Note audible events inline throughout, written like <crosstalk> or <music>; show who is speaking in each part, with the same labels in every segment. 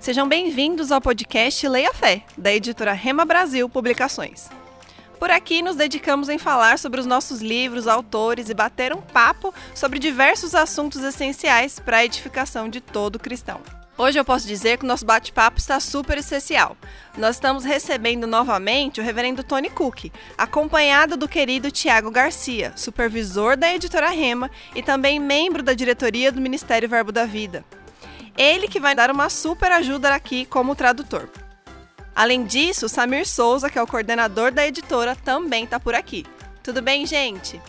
Speaker 1: Sejam bem-vindos ao podcast Leia Fé, da editora Rema Brasil Publicações. Por aqui nos dedicamos em falar sobre os nossos livros, autores e bater um papo sobre diversos assuntos essenciais para a edificação de todo cristão. Hoje eu posso dizer que o nosso bate-papo está super especial. Nós estamos recebendo novamente o reverendo Tony Cook, acompanhado do querido Tiago Garcia, supervisor da editora Rema e também membro da diretoria do Ministério Verbo da Vida. Ele que vai dar uma super ajuda aqui como tradutor. Além disso, Samir Souza, que é o coordenador da editora, também está por aqui. Tudo bem, gente?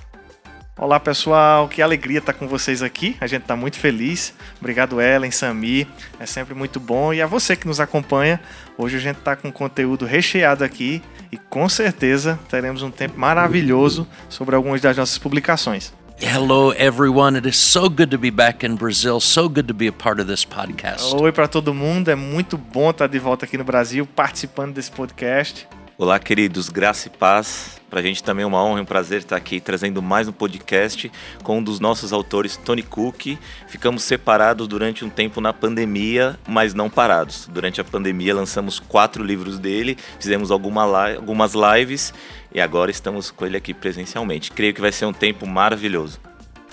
Speaker 2: Olá pessoal, que alegria estar com vocês aqui. A gente está muito feliz. Obrigado, Ellen, Sami. É sempre muito bom. E a você que nos acompanha, hoje a gente está com conteúdo recheado aqui e com certeza teremos um tempo maravilhoso sobre algumas das nossas publicações.
Speaker 3: Hello, everyone. It is so good to be back in Brazil. So good to be a part of this podcast.
Speaker 2: Oi para todo mundo, é muito bom estar de volta aqui no Brasil participando desse podcast.
Speaker 4: Olá, queridos, graça e paz. Pra gente também é uma honra e um prazer estar aqui trazendo mais um podcast com um dos nossos autores, Tony Cook. Ficamos separados durante um tempo na pandemia, mas não parados. Durante a pandemia lançamos quatro livros dele, fizemos alguma li algumas lives e agora estamos com ele aqui presencialmente. Creio que vai ser um tempo maravilhoso.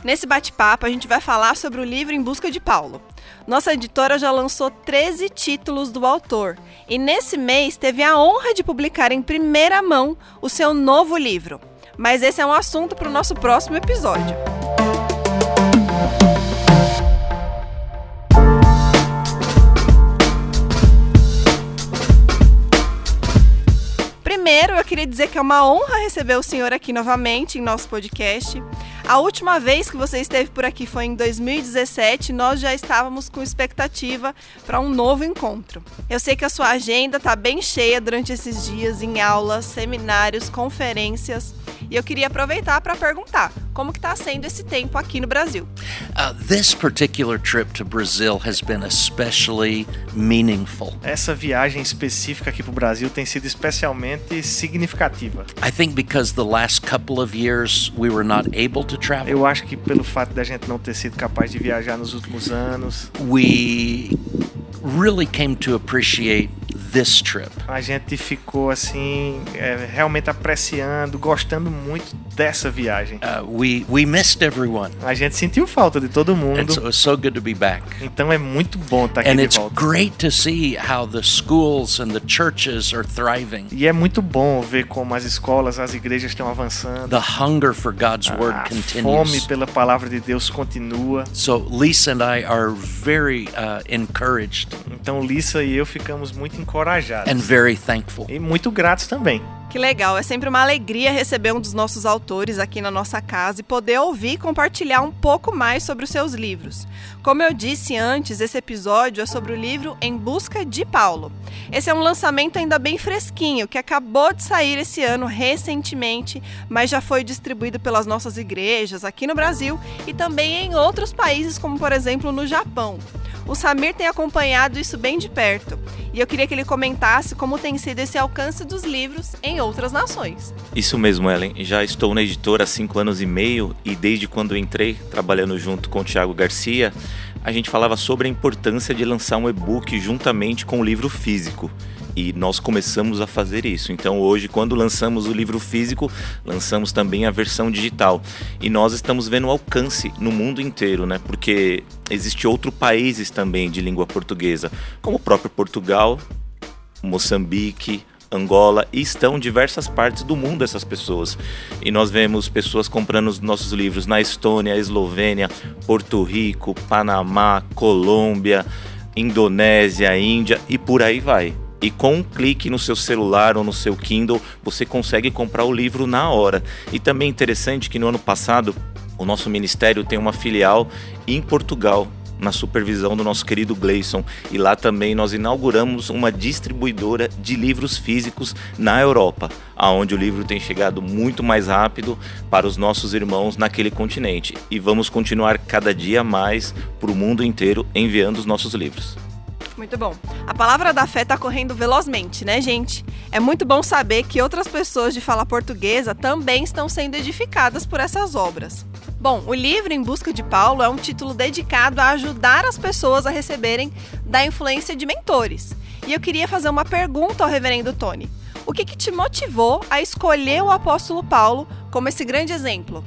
Speaker 1: Nesse bate-papo, a gente vai falar sobre o livro Em Busca de Paulo. Nossa editora já lançou 13 títulos do autor e nesse mês teve a honra de publicar em primeira mão o seu novo livro. Mas esse é um assunto para o nosso próximo episódio. Primeiro, eu queria dizer que é uma honra receber o senhor aqui novamente em nosso podcast. A última vez que você esteve por aqui foi em 2017, nós já estávamos com expectativa para um novo encontro. Eu sei que a sua agenda está bem cheia durante esses dias em aulas, seminários, conferências, e eu queria aproveitar para perguntar como que está sendo esse tempo aqui no Brasil.
Speaker 3: Uh, this particular trip to Brazil has been especially meaningful.
Speaker 2: Essa viagem específica aqui para o Brasil tem sido especialmente significativa.
Speaker 3: I think because the last couple of years we were not able to travel,
Speaker 2: Eu acho que pelo fato da gente não ter sido capaz de viajar nos últimos anos,
Speaker 3: we really came to appreciate this trip.
Speaker 2: a gente ficou assim, é, realmente apreciando, gostando muito dessa viagem.
Speaker 3: Uh, we we missed everyone,
Speaker 2: A gente sentiu falta de todo
Speaker 3: and so
Speaker 2: mundo,
Speaker 3: it's so good to be back.
Speaker 2: então é muito bom estar aqui
Speaker 3: And
Speaker 2: de
Speaker 3: it's
Speaker 2: volta.
Speaker 3: great to see how the schools and the churches are thriving.
Speaker 2: E é muito bom ver como as escolas, as igrejas estão avançando.
Speaker 3: The hunger for God's word
Speaker 2: A Ah, fome
Speaker 3: continues.
Speaker 2: pela palavra de Deus continua.
Speaker 3: So Lisa and I are very uh, encouraged
Speaker 2: Então Lissa e eu ficamos muito encorajados
Speaker 3: and very thankful.
Speaker 2: e muito gratos também.
Speaker 1: Que legal, é sempre uma alegria receber um dos nossos autores aqui na nossa casa e poder ouvir e compartilhar um pouco mais sobre os seus livros. Como eu disse antes, esse episódio é sobre o livro Em Busca de Paulo. Esse é um lançamento ainda bem fresquinho, que acabou de sair esse ano recentemente, mas já foi distribuído pelas nossas igrejas aqui no Brasil e também em outros países, como por exemplo no Japão. O Samir tem acompanhado isso bem de perto e eu queria que ele comentasse como tem sido esse alcance dos livros em outras nações.
Speaker 4: Isso mesmo, Ellen. Já estou na editora há cinco anos e meio e desde quando eu entrei, trabalhando junto com o Thiago Garcia, a gente falava sobre a importância de lançar um e-book juntamente com o livro físico. E nós começamos a fazer isso. Então, hoje, quando lançamos o livro físico, lançamos também a versão digital. E nós estamos vendo o alcance no mundo inteiro, né? Porque existe outros países também de língua portuguesa, como o próprio Portugal, Moçambique, Angola e estão em diversas partes do mundo essas pessoas. E nós vemos pessoas comprando os nossos livros na Estônia, Eslovênia, Porto Rico, Panamá, Colômbia, Indonésia, Índia e por aí vai. E com um clique no seu celular ou no seu Kindle, você consegue comprar o livro na hora. E também é interessante que no ano passado, o nosso ministério tem uma filial em Portugal, na supervisão do nosso querido Gleison. E lá também nós inauguramos uma distribuidora de livros físicos na Europa, aonde o livro tem chegado muito mais rápido para os nossos irmãos naquele continente. E vamos continuar cada dia mais para o mundo inteiro enviando os nossos livros.
Speaker 1: Muito bom. A palavra da fé tá correndo velozmente, né, gente? É muito bom saber que outras pessoas de fala portuguesa também estão sendo edificadas por essas obras. Bom, o livro Em Busca de Paulo é um título dedicado a ajudar as pessoas a receberem da influência de mentores. E eu queria fazer uma pergunta ao reverendo Tony. O que, que te motivou a escolher o apóstolo Paulo como esse grande exemplo?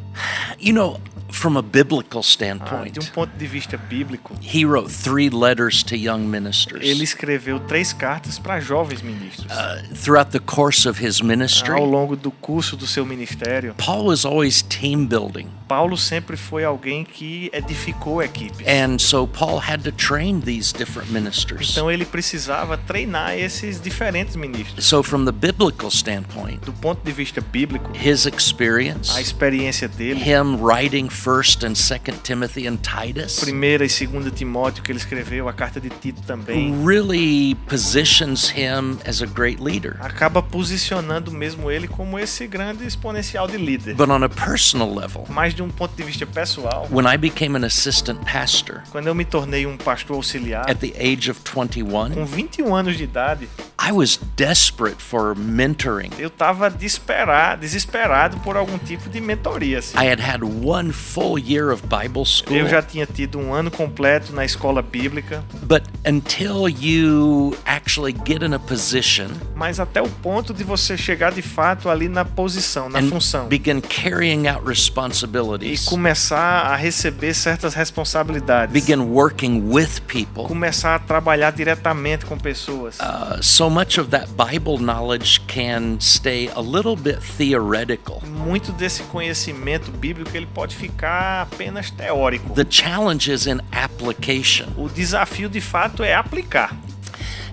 Speaker 3: You know, from a biblical
Speaker 2: Ah, de um
Speaker 3: standpoint,
Speaker 2: ponto de vista bíblico,
Speaker 3: he wrote three letters to young
Speaker 2: ele
Speaker 3: ministers.
Speaker 2: escreveu três cartas para jovens ministros.
Speaker 3: Uh, throughout the course of his
Speaker 2: Ao
Speaker 3: ministry,
Speaker 2: longo do curso do seu ministério,
Speaker 3: Paul was always team building.
Speaker 2: Paulo sempre foi alguém que edificou equipes.
Speaker 3: And so Paul had to train these different ministers.
Speaker 2: Então ele precisava treinar esses diferentes ministros.
Speaker 3: So, from the biblical standpoint,
Speaker 2: Do ponto de vista bíblico,
Speaker 3: his
Speaker 2: a
Speaker 3: experience,
Speaker 2: experiência dele,
Speaker 3: him writing 1st and 2nd Timothy and Titus,
Speaker 2: primeira e segunda Timóteo que ele escreveu, a carta de Tito
Speaker 3: Uhum.
Speaker 2: também,
Speaker 3: really positions him as a great leader.
Speaker 2: acaba posicionando mesmo ele como esse grande exponencial de líder.
Speaker 3: But on a personal level,
Speaker 2: Mas de um ponto de vista pessoal,
Speaker 3: when I became an assistant pastor
Speaker 2: quando eu me tornei um pastor auxiliar,
Speaker 3: at the age of
Speaker 2: com
Speaker 3: 21,
Speaker 2: 21 anos de idade,
Speaker 3: I was desperate for mentoring.
Speaker 2: eu tava desesperado, desesperado por algum tipo de mentoria. Assim.
Speaker 3: I had had one full year of Bible
Speaker 2: Eu
Speaker 3: school,
Speaker 2: já tinha tido um ano completo na escola bíblica,
Speaker 3: but until you actually get in a position
Speaker 2: mas até o ponto de você chegar de fato ali na posição, na função.
Speaker 3: and begin carrying out
Speaker 2: E
Speaker 3: responsibilities,
Speaker 2: começar a receber certas responsabilidades.
Speaker 3: begin working with people,
Speaker 2: Começar a trabalhar diretamente com pessoas.
Speaker 3: uh, so much of that Bible knowledge can stay a little bit theoretical.
Speaker 2: Muito desse conhecimento bíblico ele pode ficar apenas teórico.
Speaker 3: The challenge is in application.
Speaker 2: O desafio de fato é aplicar.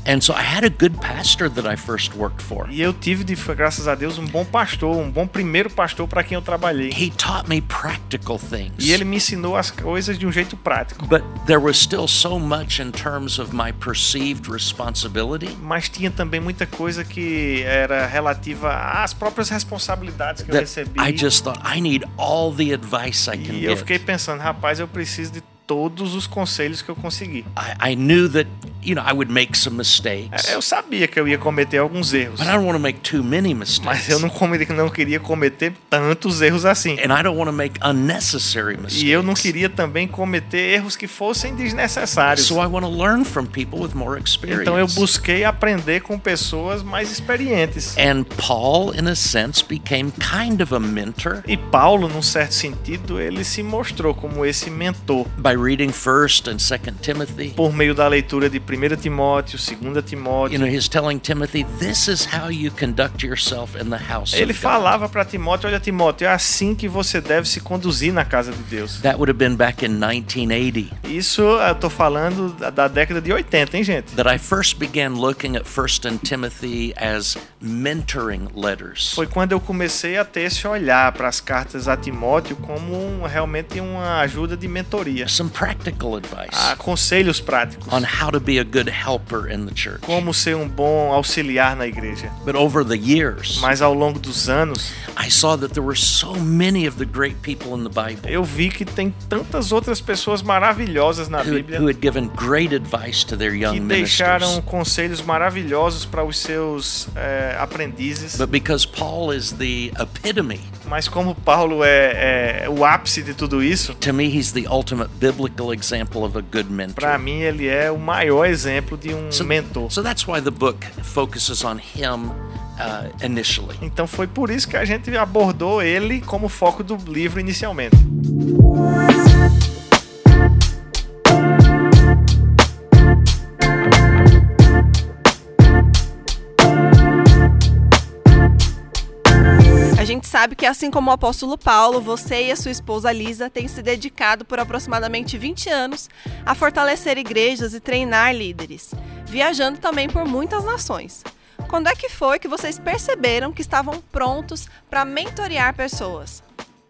Speaker 3: And so I had a good pastor that I first worked for.
Speaker 2: E eu tive, de, graças a Deus, um bom pastor, um bom primeiro pastor para quem eu trabalhei.
Speaker 3: He taught me practical things.
Speaker 2: E ele me ensinou as coisas de um jeito prático.
Speaker 3: But there was still so much in terms of my perceived responsibility
Speaker 2: Mas tinha também muita coisa que era relativa às próprias responsabilidades que eu
Speaker 3: that
Speaker 2: recebi.
Speaker 3: I just thought I need all the advice I can
Speaker 2: E eu
Speaker 3: get.
Speaker 2: fiquei pensando, rapaz, eu preciso de todos os conselhos que eu consegui.
Speaker 3: I, I knew that you know I would make some mistakes,
Speaker 2: É, Eu sabia que eu ia cometer alguns erros,
Speaker 3: but I don't want to make too many
Speaker 2: mas
Speaker 3: mistakes,
Speaker 2: eu não, come- não queria cometer tantos erros assim.
Speaker 3: and I don't want to make unnecessary
Speaker 2: E eu não
Speaker 3: mistakes.
Speaker 2: queria também cometer erros que fossem desnecessários.
Speaker 3: So I want to learn from people with more experience.
Speaker 2: Então eu busquei aprender com pessoas mais experientes.
Speaker 3: and Paul, in a sense, became kind of a mentor
Speaker 2: E Paulo, num certo sentido, ele se mostrou como esse mentor
Speaker 3: by reading First and Second Timothy.
Speaker 2: por meio da leitura de 1 Timóteo, 2
Speaker 3: You
Speaker 2: Timóteo.
Speaker 3: know, he's telling Timothy, "This is how you conduct yourself in the house."
Speaker 2: Ele
Speaker 3: of God.
Speaker 2: falava para Timóteo, olha Timóteo, é assim que você deve se conduzir na casa de Deus.
Speaker 3: That would have been back in 1980
Speaker 2: Isso eu tô falando da- da década de 80, hein, gente?
Speaker 3: that I first began looking at First and Timothy as mentoring letters.
Speaker 2: Foi quando eu comecei a ter esse olhar para as cartas a Timóteo como um- realmente uma ajuda de mentoria,
Speaker 3: some practical advice
Speaker 2: a conselhos práticos,
Speaker 3: on how to be a good helper in the church.
Speaker 2: como ser um bom auxiliar na igreja.
Speaker 3: But over the years,
Speaker 2: Mas ao longo dos anos,
Speaker 3: I saw that there were so many of the great people in the Bible
Speaker 2: eu vi que tem tantas outras pessoas maravilhosas na
Speaker 3: who, who
Speaker 2: Bíblia
Speaker 3: had given great advice to their
Speaker 2: que
Speaker 3: young
Speaker 2: deixaram
Speaker 3: ministers.
Speaker 2: conselhos maravilhosos para os seus eh, aprendizes.
Speaker 3: But because Paul is the epitome,
Speaker 2: Mas como Paulo é, é o ápice de tudo isso,
Speaker 3: to me, he's the ultimate biblical example of a good
Speaker 2: Pra
Speaker 3: mentor.
Speaker 2: mim, ele é o maior exemplo de um
Speaker 3: So,
Speaker 2: mentor.
Speaker 3: so that's why the book focuses on him uh, initially.
Speaker 2: Então foi por isso que a gente abordou ele como foco do livro inicialmente.
Speaker 1: A gente sabe que, assim como o apóstolo Paulo, você e a sua esposa Lisa têm se dedicado por aproximadamente 20 anos a fortalecer igrejas e treinar líderes, viajando também por muitas nações. Quando é que foi que vocês perceberam que estavam prontos para mentorear pessoas?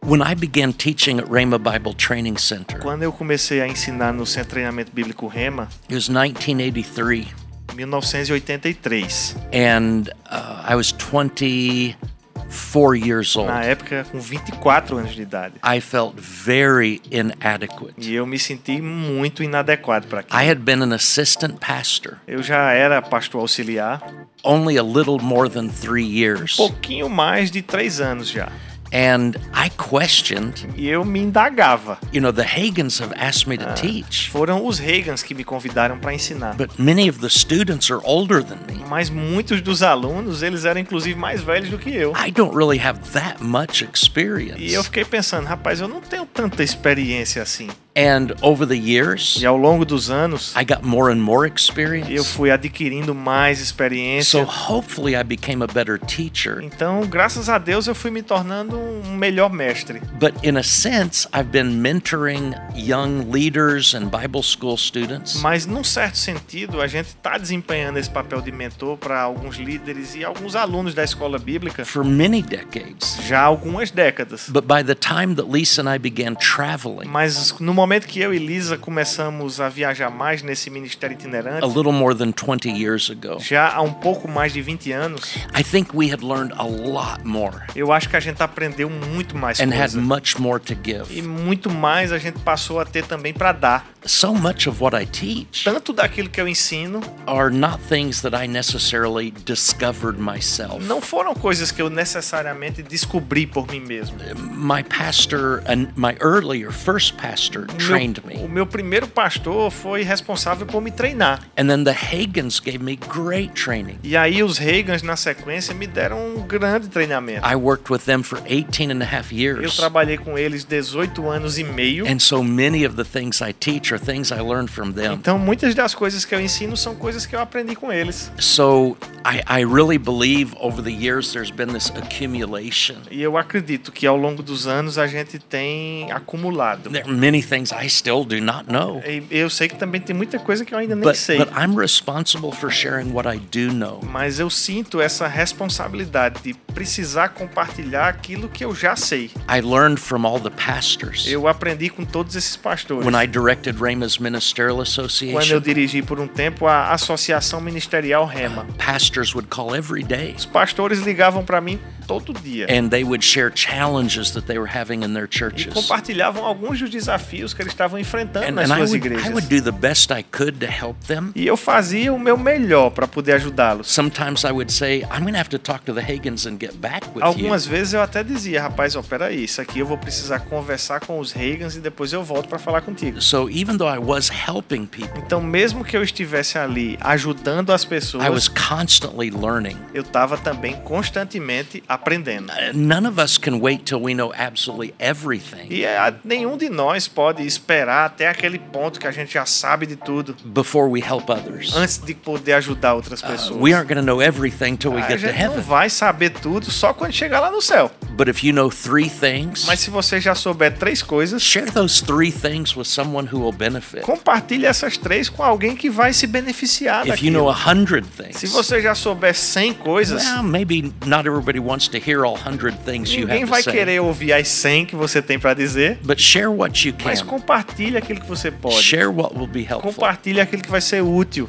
Speaker 3: When I began teaching at Rhema Bible Training Center,
Speaker 2: Quando eu comecei a ensinar no Centro de Treinamento Bíblico Rema,
Speaker 3: it was 1983.
Speaker 2: 1983.
Speaker 3: and uh, I was 24 years old.
Speaker 2: Na época, com 24 anos de idade.
Speaker 3: I felt very inadequate.
Speaker 2: E eu me senti muito inadequado para
Speaker 3: I
Speaker 2: aquilo.
Speaker 3: had been an assistant pastor
Speaker 2: Eu já era pastor auxiliar,
Speaker 3: only a little more than three years,
Speaker 2: pouquinho mais de três anos já.
Speaker 3: And I questioned,
Speaker 2: E eu me indagava.
Speaker 3: you know, the Hagans have asked me to teach,
Speaker 2: Foram os Reagans que me convidaram para ensinar.
Speaker 3: but many of the students are older than me.
Speaker 2: Mas muitos dos alunos, eles eram inclusive mais velhos do que eu.
Speaker 3: I don't really have that much
Speaker 2: E eu
Speaker 3: experience.
Speaker 2: fiquei pensando, rapaz, eu não tenho tanta experiência assim.
Speaker 3: And over the years,
Speaker 2: E ao longo dos anos,
Speaker 3: I got more and more
Speaker 2: eu
Speaker 3: experience.
Speaker 2: fui adquirindo mais
Speaker 3: So
Speaker 2: experiência.
Speaker 3: hopefully I became a better teacher.
Speaker 2: Então, graças a Deus, eu fui me tornando um melhor mestre.
Speaker 3: But in a sense, I've been mentoring young leaders and Bible school students.
Speaker 2: Mas, num certo sentido, a gente está desempenhando esse papel de mentor para alguns líderes e alguns alunos da escola bíblica
Speaker 3: for many decades.
Speaker 2: já há algumas décadas.
Speaker 3: But by the time that Lisa and I began traveling,
Speaker 2: Mas no momento que eu e Lisa começamos a viajar mais nesse ministério
Speaker 3: a
Speaker 2: itinerante,
Speaker 3: little more than 20 years ago,
Speaker 2: já há um pouco mais de 20 anos,
Speaker 3: I think we had learned a lot more
Speaker 2: eu acho que a gente aprendeu muito mais
Speaker 3: and had
Speaker 2: coisa.
Speaker 3: much more to
Speaker 2: E
Speaker 3: give.
Speaker 2: muito mais a gente passou a ter também para dar.
Speaker 3: So much of what I teach
Speaker 2: Tanto daquilo que eu ensino,
Speaker 3: are not things that I necessarily discovered myself.
Speaker 2: não foram coisas que eu necessariamente descobri por mim mesmo.
Speaker 3: My pastor and my earlier first pastor
Speaker 2: O meu-
Speaker 3: trained
Speaker 2: O
Speaker 3: me.
Speaker 2: meu primeiro pastor foi responsável por me treinar.
Speaker 3: And then the Hagans gave me great training.
Speaker 2: E aí os Reagans, na sequência, me deram um grande treinamento.
Speaker 3: I worked with them for 18 and a half
Speaker 2: Eu
Speaker 3: years.
Speaker 2: trabalhei com eles 18 anos e meio.
Speaker 3: And so many of the things I teach are things I learned from them.
Speaker 2: Então, muitas das coisas que eu ensino são coisas que eu aprendi com eles.
Speaker 3: So I, I really believe over the years there's been this accumulation.
Speaker 2: E eu acredito que ao longo dos anos a gente tem acumulado.
Speaker 3: There are many things I still do not know.
Speaker 2: E eu sei que também tem muita coisa que eu ainda nem
Speaker 3: But,
Speaker 2: sei.
Speaker 3: but I'm responsible for sharing what I do know.
Speaker 2: Mas eu sinto essa responsabilidade de precisar compartilhar aquilo que eu já sei.
Speaker 3: I learned from all the pastors.
Speaker 2: Eu aprendi com todos esses pastores.
Speaker 3: When I directed Rhema's Ministerial
Speaker 2: Quando eu
Speaker 3: Association,
Speaker 2: dirigi por um tempo a Associação Ministerial Rema.
Speaker 3: pastors would call every day
Speaker 2: Os pastores ligavam para mim todo dia
Speaker 3: and they would share challenges that they were having in their
Speaker 2: e
Speaker 3: churches.
Speaker 2: compartilhavam alguns dos desafios que eles estavam enfrentando
Speaker 3: And,
Speaker 2: nas
Speaker 3: and I,
Speaker 2: suas
Speaker 3: would,
Speaker 2: igrejas.
Speaker 3: I would do the best I could to help them.
Speaker 2: E eu fazia o meu melhor para poder ajudá-los.
Speaker 3: Sometimes I would say, I'm going to have to talk to the Hagans and get back with you.
Speaker 2: Algumas vezes eu até dizia, rapaz, ó, peraí, isso aqui eu vou precisar conversar com os Reagans e depois eu volto para falar contigo.
Speaker 3: So even though I was helping people,
Speaker 2: Então, mesmo que eu estivesse ali ajudando as
Speaker 3: I was
Speaker 2: pessoas,
Speaker 3: constantly learning.
Speaker 2: eu estava também constantemente aprendendo.
Speaker 3: Uh, None of us can wait till we know absolutely everything
Speaker 2: E é, nenhum de nós pode esperar até aquele ponto que a gente já sabe de tudo
Speaker 3: before we help others.
Speaker 2: antes de poder ajudar outras
Speaker 3: Uh,
Speaker 2: pessoas.
Speaker 3: we aren't going to know everything till we
Speaker 2: a
Speaker 3: get to
Speaker 2: gente não
Speaker 3: heaven.
Speaker 2: vai saber tudo só quando chegar lá no céu.
Speaker 3: But if you know three things,
Speaker 2: Mas se você já souber três coisas,
Speaker 3: share those three things with someone who will benefit.
Speaker 2: compartilhe essas três com alguém que vai se beneficiar
Speaker 3: If you know a
Speaker 2: daquilo.
Speaker 3: hundred
Speaker 2: Se
Speaker 3: things,
Speaker 2: você já souber 100 coisas,
Speaker 3: well, maybe not everybody wants to hear all hundred things you
Speaker 2: ninguém
Speaker 3: have to
Speaker 2: vai
Speaker 3: say.
Speaker 2: querer ouvir as 100 que você tem para dizer,
Speaker 3: But share what you
Speaker 2: mas
Speaker 3: can.
Speaker 2: compartilhe aquilo que você pode.
Speaker 3: Share what will be helpful.
Speaker 2: Compartilhe aquilo que vai ser útil.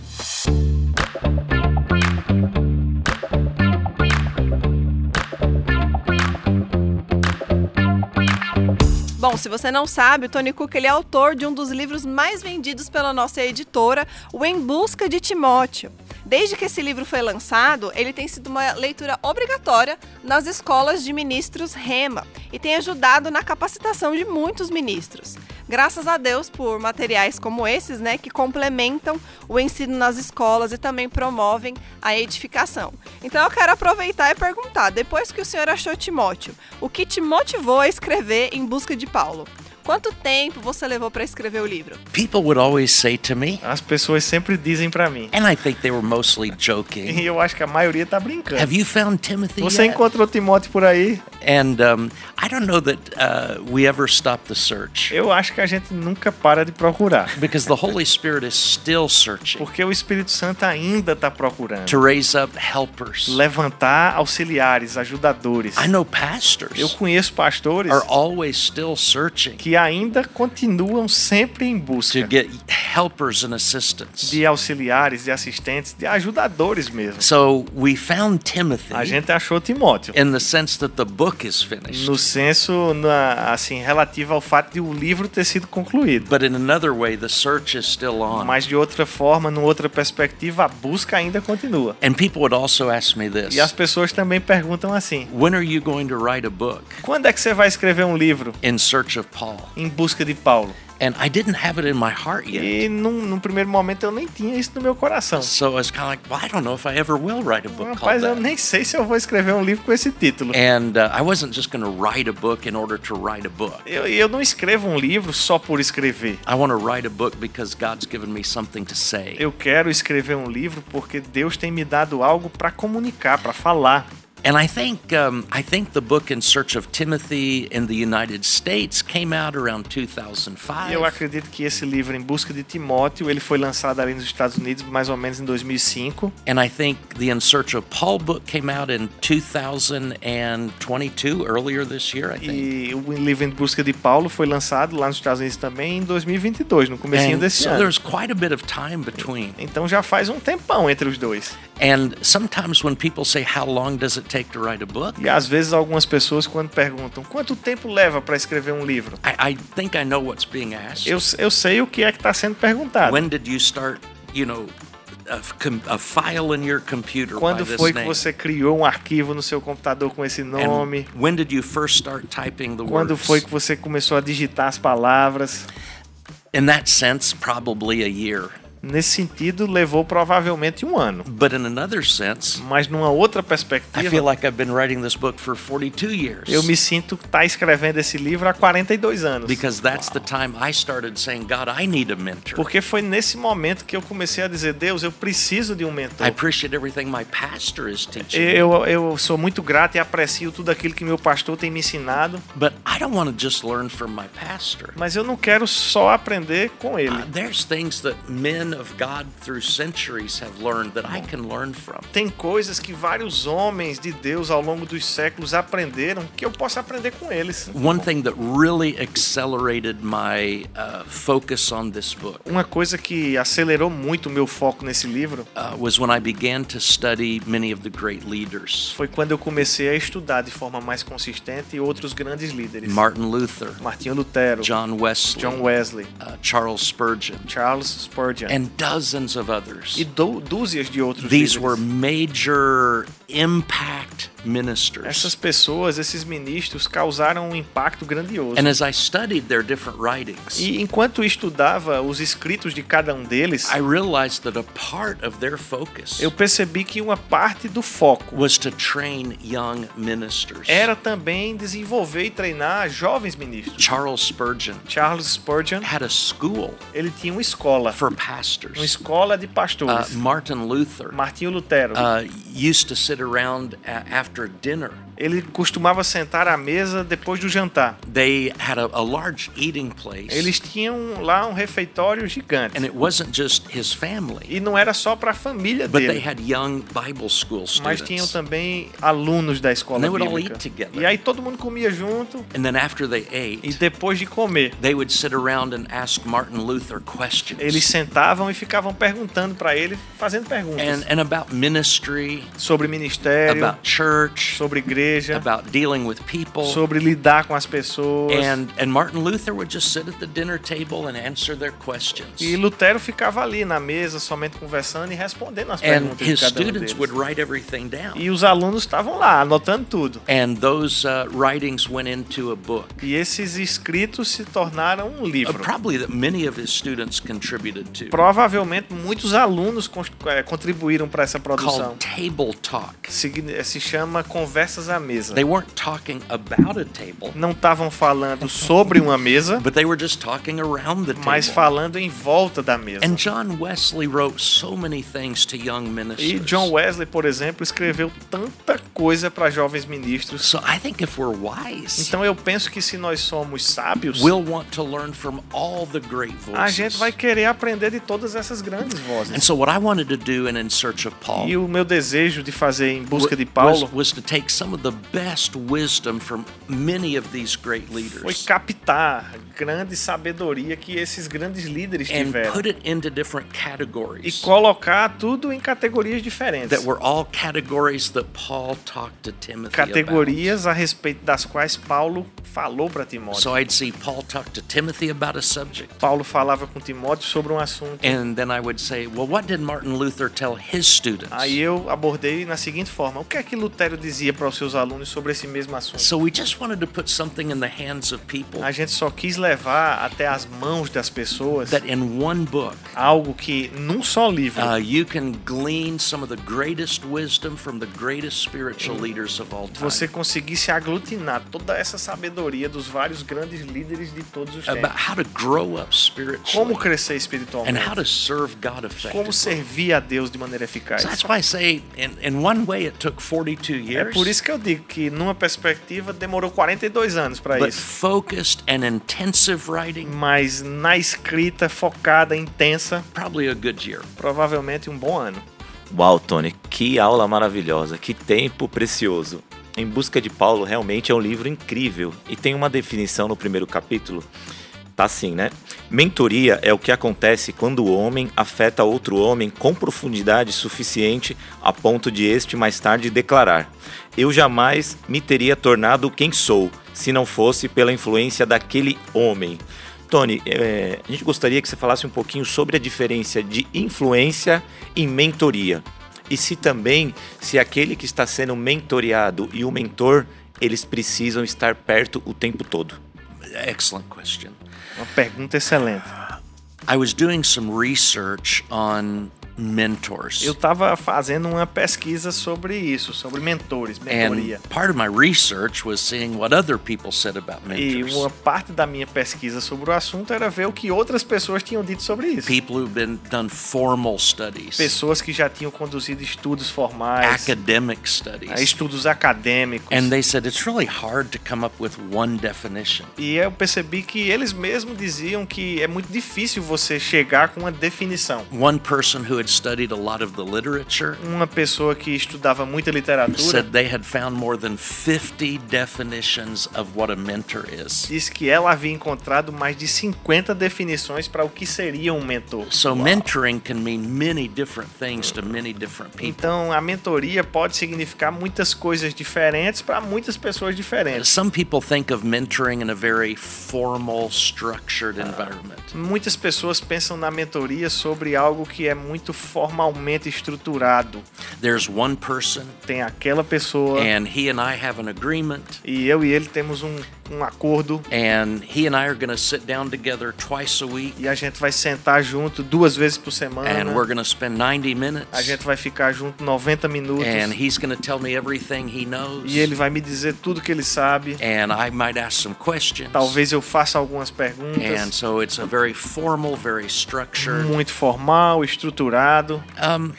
Speaker 1: Bom, se você não sabe, o Tony Cook ele é autor de um dos livros mais vendidos pela nossa editora, O Em Busca de Timóteo. Desde que esse livro foi lançado, ele tem sido uma leitura obrigatória nas escolas de ministros Rema e tem ajudado na capacitação de muitos ministros. Graças a Deus por materiais como esses, né, que complementam o ensino nas escolas e também promovem a edificação. Então eu quero aproveitar e perguntar, depois que o senhor achou Timóteo, o que te motivou a escrever Em Busca de Paulo? Quanto tempo você levou para escrever o livro?
Speaker 3: People would always say to me,
Speaker 2: As pessoas sempre dizem para mim,
Speaker 3: and I think they were mostly
Speaker 2: <laughs>
Speaker 3: joking,
Speaker 2: e eu acho que a maioria tá brincando.
Speaker 3: Have you found Timothy
Speaker 2: Você
Speaker 3: yet?
Speaker 2: encontrou Timóteo por aí?
Speaker 3: And um, I don't know that uh, we ever stop the search
Speaker 2: Eu acho que a gente nunca para de procurar.
Speaker 3: because the Holy Spirit is still searching
Speaker 2: Porque o Espírito Santo ainda está procurando
Speaker 3: to raise up helpers.
Speaker 2: levantar auxiliares, ajudadores.
Speaker 3: I know
Speaker 2: Eu
Speaker 3: pastors
Speaker 2: conheço pastores
Speaker 3: are always still searching
Speaker 2: que que ainda continuam sempre em busca
Speaker 3: to get helpers and assistants.
Speaker 2: de auxiliares, de assistentes, de ajudadores mesmo.
Speaker 3: So we found
Speaker 2: A
Speaker 3: Timothy
Speaker 2: gente achou Timóteo.
Speaker 3: in the sense that the book is finished,
Speaker 2: No senso, na- assim, relativo ao fato de o livro ter sido concluído.
Speaker 3: but in another way, the search is still on.
Speaker 2: Mas de outra forma, numa outra perspectiva, a busca ainda continua.
Speaker 3: And people would also ask me
Speaker 2: E as
Speaker 3: this
Speaker 2: pessoas também perguntam assim:
Speaker 3: When are you going to write a book
Speaker 2: quando é que você vai escrever um livro
Speaker 3: in search of Paul?
Speaker 2: em busca de Paulo?
Speaker 3: And I didn't have it in my heart yet.
Speaker 2: E num, num primeiro momento eu nem tinha isso no meu coração.
Speaker 3: So I was kind of like, Well, I don't know if I ever will write a book called
Speaker 2: Rapaz, eu
Speaker 3: that.
Speaker 2: nem sei se eu vou escrever um livro com esse título.
Speaker 3: And uh, I wasn't just going to write a book in order to write a book.
Speaker 2: Eu, eu não escrevo um livro só por escrever.
Speaker 3: I want to write a book because God's given me something to say.
Speaker 2: Eu quero escrever um livro porque Deus tem me dado algo para comunicar, para falar.
Speaker 3: And I think um, I think the book In Search of Timothy in the United States came out around
Speaker 2: E eu
Speaker 3: 2005.
Speaker 2: acredito que esse livro, Em Busca de Timóteo, ele foi lançado ali nos Estados Unidos mais ou menos em 2005.
Speaker 3: And I think the In Search of Paul book came out in 2022, earlier this year, I think.
Speaker 2: E o livro Em Busca de Paulo foi lançado lá nos Estados Unidos também em 2022, no comecinho
Speaker 3: And
Speaker 2: desse
Speaker 3: so
Speaker 2: ano.
Speaker 3: there's quite a bit of time between.
Speaker 2: Então já faz um tempão entre os dois.
Speaker 3: And sometimes when people say, How long does it take to write a book?
Speaker 2: E às vezes algumas pessoas quando perguntam quanto tempo leva para escrever um livro,
Speaker 3: I, I think I know what's being asked.
Speaker 2: eu, eu sei o que é que está sendo perguntado.
Speaker 3: When did you start, you know, a, f- com- a file in your computer by
Speaker 2: Quando
Speaker 3: this
Speaker 2: foi que
Speaker 3: name?
Speaker 2: você criou um arquivo no seu computador com esse
Speaker 3: And
Speaker 2: nome?
Speaker 3: when did you first start typing the
Speaker 2: Quando
Speaker 3: words?
Speaker 2: foi que você começou a digitar as palavras?
Speaker 3: In that sense, probably a year.
Speaker 2: Nesse sentido, levou provavelmente um ano.
Speaker 3: But in another sense,
Speaker 2: Mas numa outra
Speaker 3: I feel
Speaker 2: perspectiva,
Speaker 3: like I've been writing this book for 42 years.
Speaker 2: eu me sinto estar tá escrevendo esse livro há 42 anos.
Speaker 3: Because that's the time I started saying, God, I need a mentor.
Speaker 2: Porque foi nesse momento que eu comecei a dizer, Deus, eu preciso de um
Speaker 3: I
Speaker 2: mentor.
Speaker 3: appreciate everything my pastor is teaching. me,
Speaker 2: Eu, eu sou muito grato e aprecio tudo aquilo que meu pastor tem me ensinado,
Speaker 3: But I don't want to just learn from my pastor.
Speaker 2: mas eu não quero só aprender com
Speaker 3: Uh,
Speaker 2: ele.
Speaker 3: there's things that men of God through centuries have learned that I can learn from.
Speaker 2: Tem coisas que vários homens de Deus ao longo dos séculos aprenderam que eu posso aprender com eles.
Speaker 3: One thing that really accelerated my uh, focus on this book
Speaker 2: Uma coisa que acelerou muito o meu foco nesse livro
Speaker 3: uh, was when I began to study many of the great leaders
Speaker 2: foi quando eu comecei a estudar de forma mais consistente outros grandes líderes.
Speaker 3: Martin Luther,
Speaker 2: Martinho Lutero,
Speaker 3: John Wesley,
Speaker 2: John Wesley,
Speaker 3: uh, Charles Spurgeon,
Speaker 2: Charles Spurgeon
Speaker 3: and dozens of others.
Speaker 2: e dú- dúzias de outros
Speaker 3: These were
Speaker 2: líderes.
Speaker 3: major impact
Speaker 2: Essas
Speaker 3: ministers.
Speaker 2: pessoas, esses ministros, causaram um impacto grandioso.
Speaker 3: And as I studied their different writings,
Speaker 2: E enquanto eu estudava os escritos de cada um deles,
Speaker 3: I realized that a part of their focus
Speaker 2: eu percebi que uma parte do foco
Speaker 3: was to train young ministers.
Speaker 2: era também desenvolver e treinar jovens ministros.
Speaker 3: Charles Spurgeon
Speaker 2: Charles Spurgeon,
Speaker 3: had a school
Speaker 2: ele tinha uma escola,
Speaker 3: for
Speaker 2: uma
Speaker 3: pastors.
Speaker 2: escola de
Speaker 3: Uh,
Speaker 2: pastores.
Speaker 3: Martin Luther
Speaker 2: Martinho Lutero,
Speaker 3: uh, used to sit around a- after dinner.
Speaker 2: ele costumava sentar à mesa depois do jantar.
Speaker 3: They had a, a large eating place,
Speaker 2: Eles tinham lá um refeitório gigante.
Speaker 3: and it wasn't just his family,
Speaker 2: E não era só para a família
Speaker 3: but they
Speaker 2: dele,
Speaker 3: had young Bible school
Speaker 2: mas tinham
Speaker 3: students.
Speaker 2: também alunos da escola
Speaker 3: And they would all
Speaker 2: bíblica.
Speaker 3: eat together.
Speaker 2: E aí todo mundo comia junto
Speaker 3: And then after they
Speaker 2: e
Speaker 3: ate,
Speaker 2: depois de comer,
Speaker 3: they would sit around and ask Martin Luther
Speaker 2: eles
Speaker 3: questions
Speaker 2: sentavam e ficavam perguntando para ele, fazendo perguntas
Speaker 3: and, and about ministry,
Speaker 2: sobre ministério,
Speaker 3: about church,
Speaker 2: sobre igreja,
Speaker 3: about dealing with people.
Speaker 2: sobre lidar com as pessoas.
Speaker 3: And and Martin Luther would just sit at the dinner table and answer their questions.
Speaker 2: E Lutero ficava ali na mesa, somente conversando e respondendo as
Speaker 3: And
Speaker 2: perguntas de
Speaker 3: his
Speaker 2: cada um
Speaker 3: students would
Speaker 2: deles.
Speaker 3: write everything down.
Speaker 2: E os alunos estavam lá, anotando tudo.
Speaker 3: And those uh, writings went into a book.
Speaker 2: E esses escritos se tornaram um
Speaker 3: Uh,
Speaker 2: livro.
Speaker 3: probably that many of his students contributed to.
Speaker 2: Provavelmente muitos alunos con- eh, contribuíram para essa produção.
Speaker 3: Called Table Talk.
Speaker 2: Signi- eh, Se chama Conversas à Mesa.
Speaker 3: They weren't talking about a table,
Speaker 2: Não estavam falando sobre uma mesa,
Speaker 3: but they were just talking around the
Speaker 2: mas
Speaker 3: table.
Speaker 2: falando em volta da mesa.
Speaker 3: And John Wesley wrote so many things to young
Speaker 2: E
Speaker 3: ministers.
Speaker 2: John Wesley, por exemplo, escreveu tanta coisa para jovens ministros.
Speaker 3: So I think if we're wise,
Speaker 2: Então eu penso que se nós somos sábios,
Speaker 3: we'll want to learn from all the great
Speaker 2: a gente
Speaker 3: voices.
Speaker 2: vai querer aprender de todas essas grandes
Speaker 3: And
Speaker 2: vozes.
Speaker 3: so what I wanted to do and in search of Paul
Speaker 2: E o meu desejo de fazer em busca de
Speaker 3: wa- was,
Speaker 2: Paulo
Speaker 3: was to take some of the best wisdom from many of these great
Speaker 2: foi
Speaker 3: leaders
Speaker 2: captar a grande sabedoria que esses grandes líderes
Speaker 3: and
Speaker 2: tiveram
Speaker 3: put it into different
Speaker 2: e
Speaker 3: categories
Speaker 2: colocar tudo em categorias diferentes.
Speaker 3: that were all categories that Paul talked to Timothy about.
Speaker 2: Categorias a respeito das quais Paulo falou para Timóteo.
Speaker 3: So I'd see Paul talk to Timothy about a subject.
Speaker 2: Paulo falava com Timóteo sobre um assunto.
Speaker 3: And then I would say, well, what did Martin Luther tell his students?
Speaker 2: Aí eu abordei na seguinte forma: o que é que Lutero dizia para os seus alunos sobre esse mesmo assunto?
Speaker 3: So we just wanted to put something in the hands of people
Speaker 2: A gente só quis levar até as mãos das pessoas
Speaker 3: that in one book
Speaker 2: algo que num só livro
Speaker 3: uh, you can glean some of the greatest wisdom from the greatest spiritual leaders of all time
Speaker 2: Mm. você conseguisse aglutinar toda essa sabedoria dos vários grandes líderes de todos os
Speaker 3: about
Speaker 2: tempos.
Speaker 3: how to grow up
Speaker 2: Como
Speaker 3: spiritually
Speaker 2: crescer
Speaker 3: and how
Speaker 2: espiritualmente?
Speaker 3: to serve God
Speaker 2: Como
Speaker 3: effectively.
Speaker 2: servir a Deus de maneira eficaz?
Speaker 3: So that's why I say, in, in one way, it took 42
Speaker 2: É
Speaker 3: years,
Speaker 2: por isso que eu digo que, numa perspectiva, demorou 42 anos para
Speaker 3: but
Speaker 2: isso.
Speaker 3: focused and intensive writing,
Speaker 2: Mas na escrita focada, intensa,
Speaker 3: probably a good year.
Speaker 2: provavelmente um bom ano.
Speaker 4: Uau, Tony, que aula maravilhosa, que tempo precioso. Em Busca de Paulo realmente é um livro incrível e tem uma definição no primeiro capítulo. Tá assim, né? Mentoria é o que acontece quando o homem afeta outro homem com profundidade suficiente a ponto de este mais tarde declarar: Eu jamais me teria tornado quem sou se não fosse pela influência daquele homem. Tony, eh, a gente gostaria que você falasse um pouquinho sobre a diferença de influência e mentoria. E se também, se aquele que está sendo mentoreado e o mentor, eles precisam estar perto o tempo todo.
Speaker 3: Excellent question.
Speaker 2: Uma pergunta excelente.
Speaker 3: I was doing some research on mentors.
Speaker 2: Eu estava fazendo uma pesquisa sobre isso, sobre mentores, mentoria.
Speaker 3: And part of my research was seeing what other people said about
Speaker 2: E
Speaker 3: mentors.
Speaker 2: uma parte da minha pesquisa sobre o assunto era ver o que outras pessoas tinham dito sobre isso.
Speaker 3: People who've been done formal studies,
Speaker 2: Pessoas que já tinham conduzido estudos formais,
Speaker 3: academic
Speaker 2: eh,
Speaker 3: studies.
Speaker 2: estudos acadêmicos.
Speaker 3: And they said it's really hard to come up with one definition.
Speaker 2: E eu percebi que eles mesmos diziam que é muito difícil você chegar com uma definição.
Speaker 3: One person who had studied a lot of the literature
Speaker 2: Uma pessoa que estudava muita literatura
Speaker 3: said they had found more than 50 definitions of what a mentor is.
Speaker 2: disse que ela havia encontrado mais de 50 definições para o que seria um mentor.
Speaker 3: So mentoring can mean many different things to many different people.
Speaker 2: Então, a mentoria pode significar muitas coisas diferentes para muitas pessoas diferentes.
Speaker 3: Some people think of mentoring in a very formal, structured environment.
Speaker 2: Muitas pessoas pensam na mentoria sobre algo que é muito formalmente estruturado.
Speaker 3: There's one person,
Speaker 2: Tem aquela pessoa
Speaker 3: and he and I have an agreement,
Speaker 2: e eu e ele temos um, um acordo
Speaker 3: and he and I are going to sit down together twice a week,
Speaker 2: e a gente vai sentar junto duas vezes por
Speaker 3: and we're
Speaker 2: semana.
Speaker 3: going to spend 90
Speaker 2: A
Speaker 3: minutes,
Speaker 2: gente vai ficar junto 90 minutos
Speaker 3: and he's going to tell me everything he knows,
Speaker 2: e ele vai me dizer tudo que ele sabe.
Speaker 3: and I might ask some questions.
Speaker 2: Talvez eu faça algumas
Speaker 3: And
Speaker 2: perguntas.
Speaker 3: so it's a very formal, very structured.
Speaker 2: Muito formal, estruturado.
Speaker 3: Um,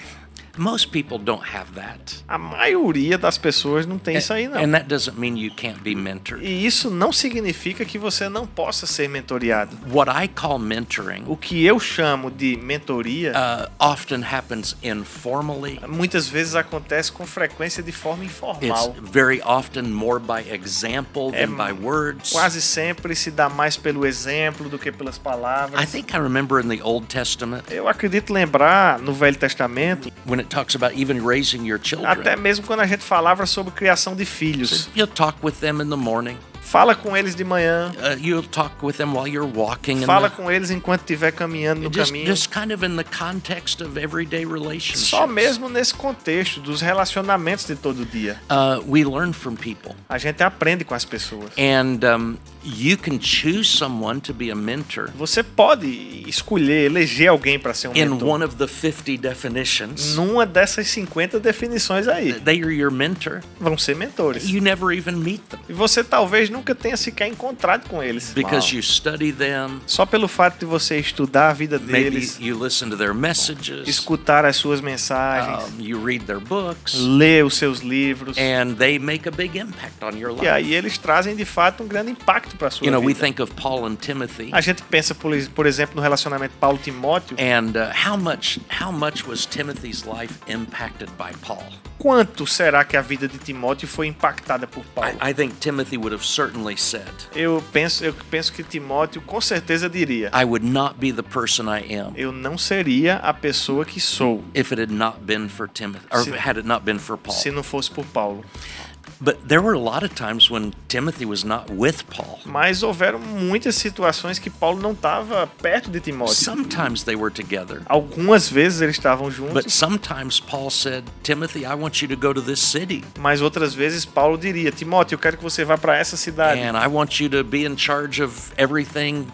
Speaker 3: most people don't have that.
Speaker 2: A maioria das pessoas não
Speaker 3: É,
Speaker 2: tem isso aí, não.
Speaker 3: And that doesn't mean you can't be mentored.
Speaker 2: E isso não significa que você não possa ser mentoriado.
Speaker 3: What I call mentoring
Speaker 2: O que eu chamo de mentoria
Speaker 3: uh, often happens informally.
Speaker 2: muitas vezes acontece com frequência de forma
Speaker 3: It's
Speaker 2: informal.
Speaker 3: very often more by example than by words.
Speaker 2: Quase sempre se dá mais pelo exemplo do que pelas
Speaker 3: I
Speaker 2: palavras.
Speaker 3: think I remember in the Old Testament
Speaker 2: Eu acredito lembrar no Velho Testamento,
Speaker 3: when it talks about even raising your children.
Speaker 2: até mesmo quando a gente falava sobre criação de filhos.
Speaker 3: You'll talk with them in the morning.
Speaker 2: Fala com eles de manhã,
Speaker 3: Uh, you'll talk with them while you're walking. in
Speaker 2: fala
Speaker 3: the-
Speaker 2: com eles enquanto estiver caminhando no
Speaker 3: just,
Speaker 2: caminho.
Speaker 3: just kind of in the context of everyday relationships.
Speaker 2: Só mesmo nesse contexto dos relacionamentos de todo dia.
Speaker 3: Uh, we learn from people.
Speaker 2: A gente aprende com as pessoas.
Speaker 3: And um, you can choose someone to be a mentor.
Speaker 2: Você pode escolher, eleger alguém para ser um
Speaker 3: In
Speaker 2: mentor.
Speaker 3: one of the 50 definitions,
Speaker 2: Numa dessas 50 definições aí,
Speaker 3: É. they are your mentor.
Speaker 2: vão ser mentores.
Speaker 3: You never even meet them.
Speaker 2: E você talvez não nunca tenha sequer encontrado com eles.
Speaker 3: because you study them,
Speaker 2: Só pelo fato de você estudar a vida
Speaker 3: maybe
Speaker 2: deles,
Speaker 3: you listen to their messages,
Speaker 2: escutar as suas mensagens,
Speaker 3: um, you read their books,
Speaker 2: ler os seus livros.
Speaker 3: and they make a big impact on your
Speaker 2: E aí
Speaker 3: life.
Speaker 2: eles trazem de fato um grande impacto para sua
Speaker 3: You know, we
Speaker 2: vida.
Speaker 3: think of Paul and Timothy,
Speaker 2: A gente pensa, por, ex- por exemplo, no relacionamento Paulo Timóteo.
Speaker 3: and uh, how much how much was Timothy's life impacted by Paul?
Speaker 2: Quanto será que a vida de Timóteo foi impactada por Paulo?
Speaker 3: I, I think Timothy would have certainly said,
Speaker 2: Eu penso, eu penso que Timóteo com certeza diria:
Speaker 3: "I would not be the person I am
Speaker 2: Eu não seria a pessoa que sou
Speaker 3: if it had not been for Timothy, or
Speaker 2: Se-
Speaker 3: had it not been for Paul."
Speaker 2: se não fosse por Paulo.
Speaker 3: But there were a lot of times when Timothy was not with Paul.
Speaker 2: Mas houveram muitas situações que Paulo não estava perto de Timóteo.
Speaker 3: Sometimes they were together,
Speaker 2: Algumas vezes eles estavam
Speaker 3: but
Speaker 2: juntos,
Speaker 3: sometimes Paul said, Timothy, I want you to go to this city,
Speaker 2: mas outras vezes Paulo diria: Timóteo, eu quero que você vá para essa cidade.
Speaker 3: and I want you to be in charge of everything,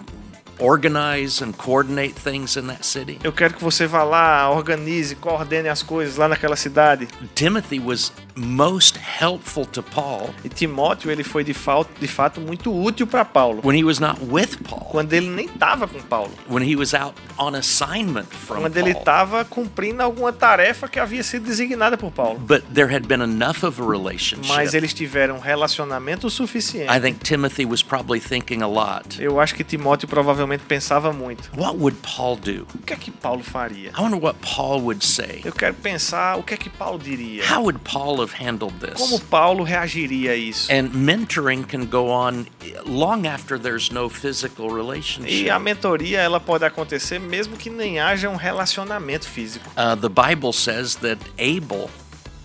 Speaker 3: organize and coordinate things in that city.
Speaker 2: Eu quero que você vá lá, organize, coordene as coisas lá naquela cidade.
Speaker 3: Timothy was most helpful to Paul
Speaker 2: E Timóteo, ele foi de, fal- de fato muito útil para Paulo,
Speaker 3: when he was not with Paul,
Speaker 2: quando ele nem estava com Paulo.
Speaker 3: when he was out on assignment from
Speaker 2: Quando ele
Speaker 3: Paul.
Speaker 2: estava cumprindo alguma tarefa que havia sido designada por Paulo.
Speaker 3: But there had been enough of a
Speaker 2: Mas
Speaker 3: relationship.
Speaker 2: eles tiveram um relacionamento
Speaker 3: I
Speaker 2: suficiente.
Speaker 3: think Timothy was probably thinking a lot.
Speaker 2: Eu acho que Timóteo provavelmente pensava muito.
Speaker 3: What would Paul do?
Speaker 2: O que é que Paulo faria?
Speaker 3: I wonder what Paul would say.
Speaker 2: Eu quero pensar o que é que Paulo diria.
Speaker 3: How would Paul have handled
Speaker 2: Como
Speaker 3: this?
Speaker 2: Paulo reagiria a isso?
Speaker 3: And mentoring can go on long after there's no physical
Speaker 2: E a
Speaker 3: relationship.
Speaker 2: mentoria, ela pode acontecer mesmo que nem haja um relacionamento físico.
Speaker 3: Uh, the Bible says that Abel,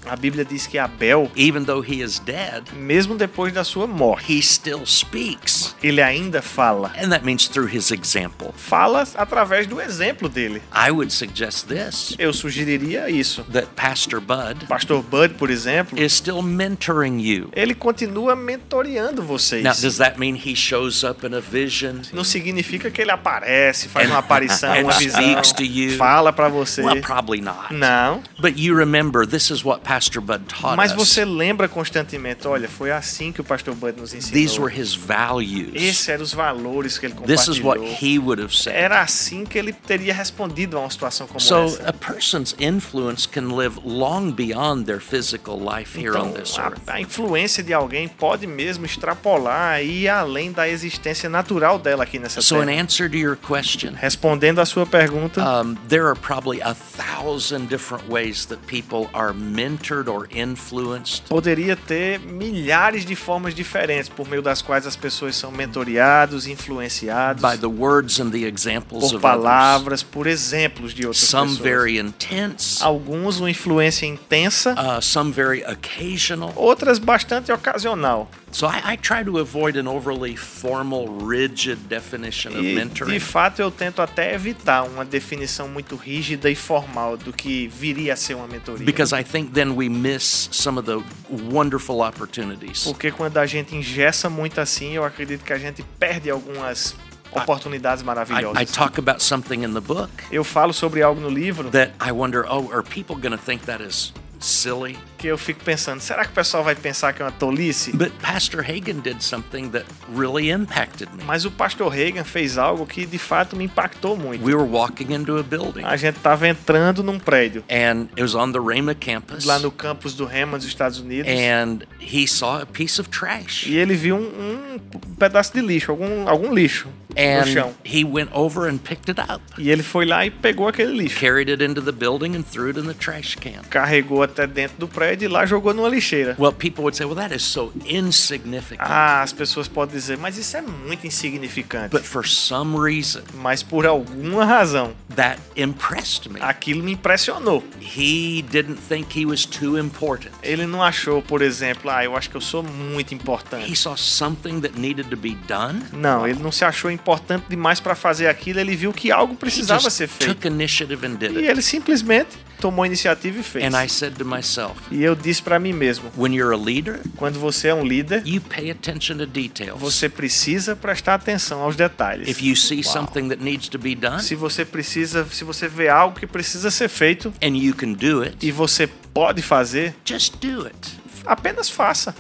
Speaker 2: A Bíblia diz que Abel,
Speaker 3: even though he is dead,
Speaker 2: mesmo depois da sua morte,
Speaker 3: he still speaks.
Speaker 2: ele ainda fala.
Speaker 3: And that means through his example.
Speaker 2: Fala através do exemplo dele.
Speaker 3: I would suggest this
Speaker 2: Eu sugeriria isso.
Speaker 3: that Pastor Bud
Speaker 2: Pastor Bud, por exemplo,
Speaker 3: is still mentoring you.
Speaker 2: ele continua mentoreando vocês.
Speaker 3: Now, does that mean he shows up in a vision?
Speaker 2: Não significa que ele aparece, faz
Speaker 3: And-
Speaker 2: uma
Speaker 3: <laughs>
Speaker 2: aparição,
Speaker 3: and
Speaker 2: uma visão,
Speaker 3: É. speaks to you.
Speaker 2: fala pra você.
Speaker 3: Well, probably not.
Speaker 2: Não.
Speaker 3: But you remember, this is what Pastor Bud taught
Speaker 2: Mas
Speaker 3: us.
Speaker 2: você lembra constantemente, olha, foi assim que o pastor Bud nos
Speaker 3: These
Speaker 2: ensinou.
Speaker 3: were his values.
Speaker 2: Esses eram os valores que ele
Speaker 3: this is what
Speaker 2: compartilhou.
Speaker 3: he would have said.
Speaker 2: Era assim que ele teria respondido a uma situação como
Speaker 3: So
Speaker 2: essa.
Speaker 3: a person's influence can live long beyond their physical life here on
Speaker 2: Então,
Speaker 3: this earth.
Speaker 2: a, a influência de alguém pode mesmo extrapolar e ir além da existência natural dela aqui nessa
Speaker 3: So in
Speaker 2: terra.
Speaker 3: answer to your question,
Speaker 2: Respondendo à sua pergunta,
Speaker 3: um, there are probably a thousand different ways that people are mentored or influenced.
Speaker 2: poderia ter milhares de formas diferentes por meio das quais as pessoas são mentoreados, influenciados
Speaker 3: By the words and the examples
Speaker 2: por
Speaker 3: of others.
Speaker 2: palavras, por exemplos de outras
Speaker 3: Some
Speaker 2: pessoas.
Speaker 3: very intense,
Speaker 2: Alguns uma influência intensa,
Speaker 3: uh, some very occasional.
Speaker 2: outras bastante ocasional.
Speaker 3: So I, I try to avoid an overly formal, rigid definition of
Speaker 2: E, de
Speaker 3: mentoring.
Speaker 2: fato, eu tento até evitar uma definição muito rígida e formal do que viria a ser uma mentoria.
Speaker 3: Because I think then we miss some of the wonderful opportunities.
Speaker 2: Porque quando a gente engessa muito assim, eu acredito que a gente perde algumas oportunidades
Speaker 3: Ah, I, I
Speaker 2: maravilhosas.
Speaker 3: talk about something in the book
Speaker 2: Eu falo sobre algo no livro
Speaker 3: that I wonder, oh, are people going to think that is silly?
Speaker 2: que eu fico pensando, será que o pessoal vai pensar que é uma tolice?
Speaker 3: But Pastor Hagen did something that really impacted me.
Speaker 2: Mas o pastor Reagan fez algo que de fato me impactou muito.
Speaker 3: We were walking into a building,
Speaker 2: A gente tava entrando num prédio
Speaker 3: and it was on the Rhema campus,
Speaker 2: lá no campus do Hammond, dos Estados Unidos.
Speaker 3: and he saw a piece of trash.
Speaker 2: E ele viu um, um pedaço de lixo, algum, algum lixo no
Speaker 3: And
Speaker 2: chão.
Speaker 3: he went over and picked it up,
Speaker 2: E ele foi lá e pegou aquele lixo.
Speaker 3: carried it into the building, and threw it in the trash can.
Speaker 2: Carregou até dentro do prédio e lá jogou numa lixeira.
Speaker 3: Well, people would say, well, that is so insignificant.
Speaker 2: Ah, as pessoas podem dizer, mas isso é muito insignificante.
Speaker 3: But for some reason,
Speaker 2: Mas por alguma razão,
Speaker 3: that impressed me.
Speaker 2: aquilo me impressionou.
Speaker 3: He didn't think he was too important.
Speaker 2: Ele não achou, por exemplo, ah, eu acho que eu sou muito importante.
Speaker 3: He saw something that needed to be done.
Speaker 2: Não, ele não se achou importante demais para fazer aquilo, ele viu que algo
Speaker 3: He
Speaker 2: precisava
Speaker 3: just
Speaker 2: ser feito.
Speaker 3: took initiative and did
Speaker 2: E
Speaker 3: it.
Speaker 2: ele simplesmente tomou a iniciativa e fez.
Speaker 3: And I said to myself,
Speaker 2: E eu disse para mim mesmo,
Speaker 3: when you're a leader,
Speaker 2: quando você é um líder,
Speaker 3: you pay attention to details.
Speaker 2: você precisa prestar atenção aos detalhes.
Speaker 3: If you see something that needs to be done
Speaker 2: Se você precisa, se você vê algo que precisa ser feito
Speaker 3: and you can do
Speaker 2: e
Speaker 3: it,
Speaker 2: você pode fazer,
Speaker 3: just do it.
Speaker 2: apenas faça.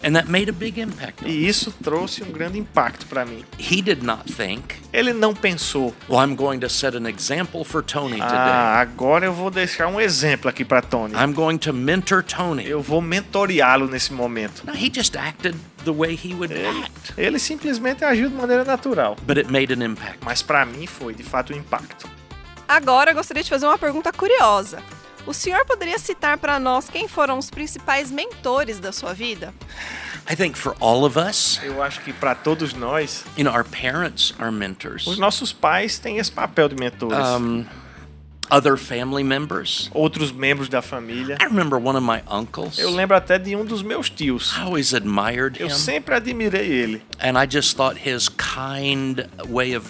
Speaker 3: And that made a big impact. on him.
Speaker 2: E isso trouxe um grande impacto para mim.
Speaker 3: He did not think,
Speaker 2: Ele não pensou,
Speaker 3: well, I'm going to set an example for Tony today.
Speaker 2: ah, agora eu vou deixar um exemplo aqui para Tony.
Speaker 3: I'm going to mentor Tony.
Speaker 2: Eu vou mentoreá-lo nesse momento.
Speaker 3: No, he just acted the way he would act,
Speaker 2: Ele simplesmente agiu de maneira natural.
Speaker 3: but it made an impact.
Speaker 2: Mas para mim foi, de fato, um impacto.
Speaker 1: Agora eu gostaria de fazer uma pergunta curiosa. O senhor poderia citar para nós quem foram os principais mentores da sua vida?
Speaker 3: I think for all of us,
Speaker 2: Eu acho que para todos nós,
Speaker 3: you know, our parents are mentors,
Speaker 2: os nossos pais têm esse papel de mentores.
Speaker 3: um, other family members.
Speaker 2: Outros membros da família.
Speaker 3: I remember one of my uncles.
Speaker 2: Eu lembro até de um dos meus tios.
Speaker 3: I always admired
Speaker 2: Eu
Speaker 3: him,
Speaker 2: sempre admirei ele.
Speaker 3: and I just thought his kind way of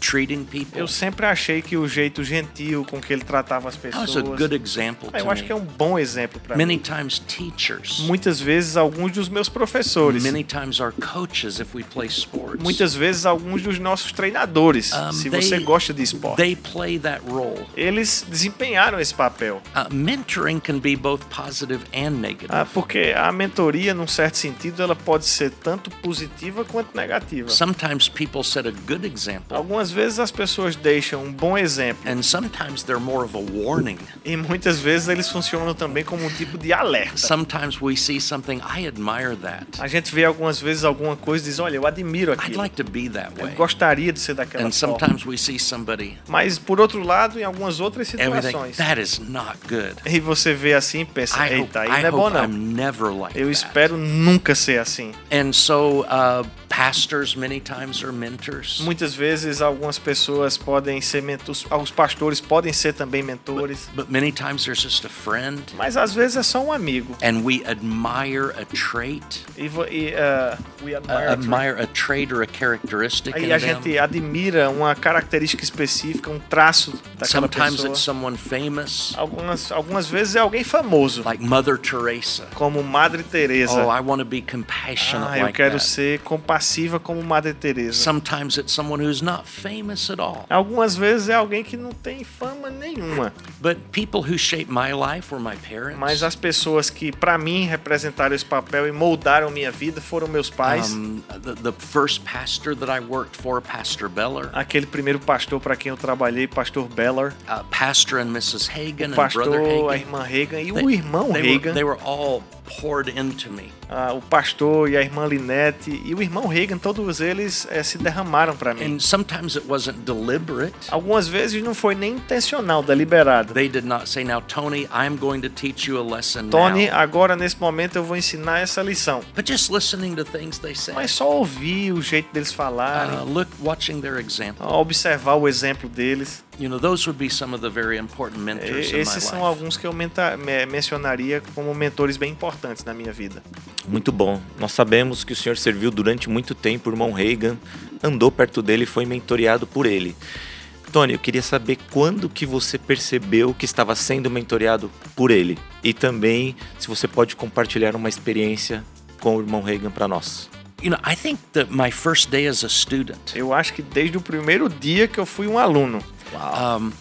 Speaker 3: treating people
Speaker 2: Eu sempre achei que o jeito gentil com que ele tratava as
Speaker 3: that
Speaker 2: pessoas.
Speaker 3: was a Ah, é good example
Speaker 2: Ah,
Speaker 3: to
Speaker 2: Eu acho que é
Speaker 3: me.
Speaker 2: um bom exemplo para
Speaker 3: Many
Speaker 2: mim.
Speaker 3: times teachers,
Speaker 2: Muitas vezes alguns dos meus professores.
Speaker 3: many times our coaches if we play sports.
Speaker 2: Muitas vezes alguns dos nossos treinadores.
Speaker 3: Um,
Speaker 2: Se
Speaker 3: they-
Speaker 2: você gosta de esporte.
Speaker 3: They play that role.
Speaker 2: Eles desempenharam esse papel.
Speaker 3: Uh, mentoring can be both positive and negative.
Speaker 2: Ah, porque a mentoria, num certo sentido, ela pode ser tanto positiva quanto negativa.
Speaker 3: sometimes people set a good example,
Speaker 2: Algumas vezes as pessoas deixam um bom exemplo
Speaker 3: and sometimes they're more of a warning.
Speaker 2: e muitas vezes eles funcionam também como um tipo de alerta.
Speaker 3: Sometimes we see something, I admire that.
Speaker 2: A gente vê algumas vezes alguma coisa e diz, olha, eu admiro
Speaker 3: I'd
Speaker 2: aquilo.
Speaker 3: like to be that
Speaker 2: Eu
Speaker 3: way.
Speaker 2: gostaria de ser daquela
Speaker 3: And
Speaker 2: forma.
Speaker 3: sometimes we see somebody
Speaker 2: Mas, por outro lado, em algumas outras
Speaker 3: and we think,
Speaker 2: situações,
Speaker 3: that is not good.
Speaker 2: e você vê assim e pensa,
Speaker 3: I hope,
Speaker 2: eita, aí
Speaker 3: I
Speaker 2: não é bom
Speaker 3: hope
Speaker 2: não.
Speaker 3: I'm never like
Speaker 2: Eu
Speaker 3: that.
Speaker 2: espero nunca ser assim.
Speaker 3: And so uh, pastors many times are mentors.
Speaker 2: Muitas vezes algumas pessoas podem ser mentores, alguns pastores podem ser também mentores,
Speaker 3: But many times there's just a friend,
Speaker 2: mas às vezes é só um amigo.
Speaker 3: and we admire a trait,
Speaker 2: E, vo- e, ah, we
Speaker 3: uh,
Speaker 2: admire
Speaker 3: admire a trait or a characteristic in
Speaker 2: Aí a
Speaker 3: them.
Speaker 2: gente admira uma característica específica, um traço daquela
Speaker 3: Sometimes
Speaker 2: pessoa.
Speaker 3: it's someone famous,
Speaker 2: Algumas, algumas vezes é alguém famoso,
Speaker 3: like Mother Teresa.
Speaker 2: como Madre Teresa.
Speaker 3: Oh, I want to be compassionate
Speaker 2: ah, eu
Speaker 3: like
Speaker 2: quero
Speaker 3: that.
Speaker 2: ser compassiva como Madre Teresa.
Speaker 3: Sometimes it's someone who's not famous at all.
Speaker 2: Algumas vezes é alguém que não tem fama nenhuma,
Speaker 3: But people who shaped my life were my parents.
Speaker 2: mas as pessoas que pra mim representaram esse papel e moldaram minha vida foram meus pais.
Speaker 3: um, the, the first pastor that I worked for, Pastor Beller,
Speaker 2: aquele primeiro pastor para quem eu trabalhei, pastor Beller,
Speaker 3: uh, Pastor and Mrs. Hagan, and Brother
Speaker 2: pastor, a
Speaker 3: Hagan.
Speaker 2: irmã Reagan e
Speaker 3: They-
Speaker 2: o irmão
Speaker 3: they Were,
Speaker 2: Reagan,
Speaker 3: they were all poured into me.
Speaker 2: ah, o pastor e a irmã Linette e o irmão Reagan, todos eles eh, se derramaram para mim.
Speaker 3: And sometimes it wasn't deliberate.
Speaker 2: Algumas vezes não foi nem intencional, deliberado.
Speaker 3: They did not say, now, Tony, I'm going to teach you a lesson
Speaker 2: Tony,
Speaker 3: now.
Speaker 2: agora nesse momento eu vou ensinar essa lição.
Speaker 3: But just listening to things they say,
Speaker 2: Mas só ouvir o jeito deles falarem,
Speaker 3: uh, look, watching their example.
Speaker 2: observar o exemplo deles.
Speaker 3: You know, those would be some of the very important mentors
Speaker 2: E-
Speaker 3: in my
Speaker 2: Esses
Speaker 3: life.
Speaker 2: são alguns que eu menta- me- mencionaria como mentores bem importantes na minha vida.
Speaker 4: Muito bom. Nós sabemos que o senhor serviu durante muito tempo o irmão Reagan, andou perto dele e foi mentoreado por ele. Tony, eu queria saber quando que você percebeu que estava sendo mentoreado por ele e também se você pode compartilhar uma experiência com o irmão Reagan para nós.
Speaker 3: You know, I think that my first day as a student,
Speaker 2: Eu acho que desde o primeiro dia que eu fui um aluno,
Speaker 3: um,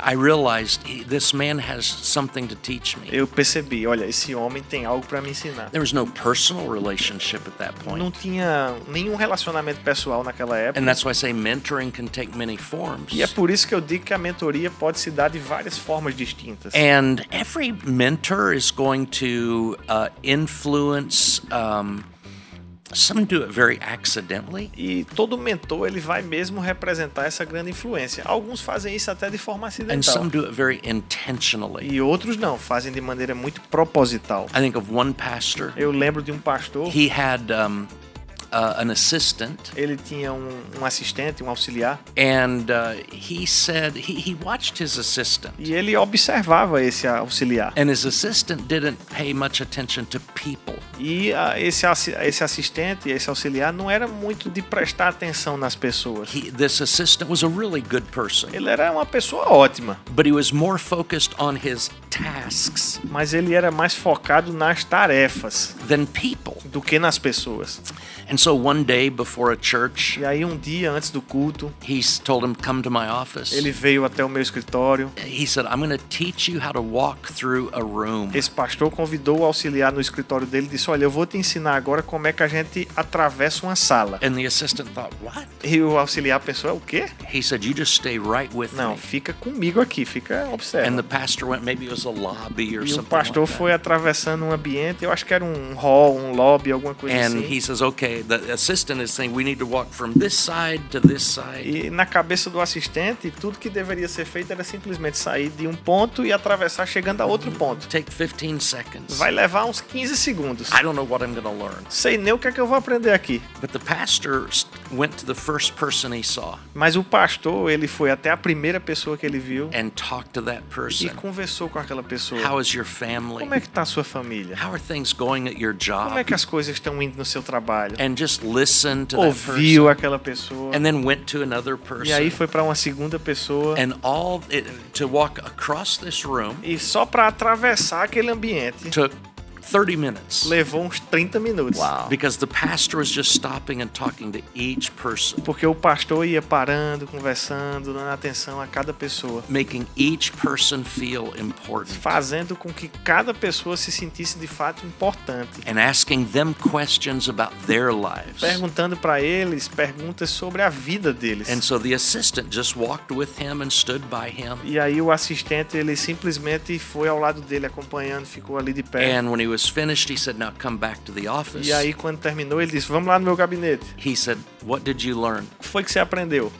Speaker 3: I realized eh, this man has something to teach me.
Speaker 2: eu percebi, olha, esse homem tem algo para me ensinar.
Speaker 3: There was no personal relationship at that
Speaker 2: Não
Speaker 3: point.
Speaker 2: tinha nenhum relacionamento pessoal naquela época.
Speaker 3: And that's why I say mentoring can take many forms.
Speaker 2: E é por isso que eu digo que a mentoria pode se dar de várias formas distintas.
Speaker 3: And every mentor is going to uh, influence. Um, some do it very accidentally,
Speaker 2: E todo mentor ele vai mesmo representar essa grande influência. Alguns fazem isso até de forma
Speaker 3: and some
Speaker 2: acidental.
Speaker 3: do it very intentionally.
Speaker 2: E outros não, fazem de maneira muito proposital.
Speaker 3: I think of one pastor.
Speaker 2: Eu lembro de um pastor,
Speaker 3: Ah. He had um, uh, an assistant,
Speaker 2: ele tinha um, um assistente, um auxiliar,
Speaker 3: and uh, he said he, he watched his assistant,
Speaker 2: e ele observava esse auxiliar.
Speaker 3: and his assistant didn't pay much attention to people.
Speaker 2: E ah, esse, assi- esse assistente, esse auxiliar, não era muito de prestar atenção nas pessoas.
Speaker 3: He, this assistant was a really good person,
Speaker 2: Ele era uma pessoa ótima,
Speaker 3: but he was more focused on his tasks
Speaker 2: mas ele era mais focado nas tarefas
Speaker 3: than people.
Speaker 2: do que nas pessoas.
Speaker 3: And And so one day before a church,
Speaker 2: E aí, um dia antes do culto,
Speaker 3: he s- told him, Come to my office.
Speaker 2: ele veio até o meu escritório.
Speaker 3: He said, I'm going to teach you how to walk through a room.
Speaker 2: Esse pastor convidou o auxiliar no escritório dele e disse: Olha, eu vou te ensinar agora como é que a gente atravessa uma sala.
Speaker 3: And the assistant thought, What?
Speaker 2: E o auxiliar pensou: É o quê?
Speaker 3: He said, You just stay right with
Speaker 2: Não,
Speaker 3: me.
Speaker 2: fica comigo aqui, fica
Speaker 3: And
Speaker 2: observa.
Speaker 3: the pastor went, Maybe it was a lobby or
Speaker 2: E o
Speaker 3: something.
Speaker 2: pastor
Speaker 3: like that.
Speaker 2: foi atravessando um ambiente, eu acho que era um hall, um lobby, alguma coisa
Speaker 3: And
Speaker 2: assim.
Speaker 3: he says, Okay, the assistant is saying, We need to walk from this side to this side.
Speaker 2: E na cabeça do assistente, tudo que deveria ser feito era simplesmente sair de um ponto e atravessar chegando a outro ponto.
Speaker 3: Take 15 seconds.
Speaker 2: Vai levar uns 15 segundos.
Speaker 3: I don't know what I'm going to learn.
Speaker 2: Sei nem o que é que eu vou aprender aqui.
Speaker 3: But the pastor st- went to the first person he saw
Speaker 2: Mas o pastor, ele foi até a primeira pessoa que ele viu
Speaker 3: and talked to that
Speaker 2: e
Speaker 3: person.
Speaker 2: conversou com aquela pessoa.
Speaker 3: How is your family?
Speaker 2: Como é que tá a sua família?
Speaker 3: How are things going at your
Speaker 2: Como é
Speaker 3: job?
Speaker 2: que as coisas estão indo no seu trabalho?
Speaker 3: And just listen
Speaker 2: Oh,
Speaker 3: to that person.
Speaker 2: Ouviu aquela pessoa
Speaker 3: And then went to another
Speaker 2: e aí
Speaker 3: person.
Speaker 2: foi para uma segunda pessoa
Speaker 3: And all it, to walk across this room
Speaker 2: e só para atravessar aquele ambiente
Speaker 3: took 30 minutes
Speaker 2: levou uns 30 minutos.
Speaker 3: because the pastor was just stopping and talking to each person,
Speaker 2: Porque o pastor ia parando, conversando, dando atenção a cada pessoa,
Speaker 3: making each person feel important
Speaker 2: fazendo com que cada pessoa se sentisse de fato importante,
Speaker 3: and asking them questions about their lives.
Speaker 2: perguntando para eles perguntas sobre a vida deles.
Speaker 3: And so the assistant just walked with him and stood by him.
Speaker 2: E aí o assistente ele simplesmente foi ao lado dele acompanhando, ficou ali de pé.
Speaker 3: And when he was finished, he said, Now come back to the office.
Speaker 2: E aí quando terminou ele disse: "Vamos lá no meu gabinete.
Speaker 3: He said, What did you learn?
Speaker 2: O que foi que você aprendeu?"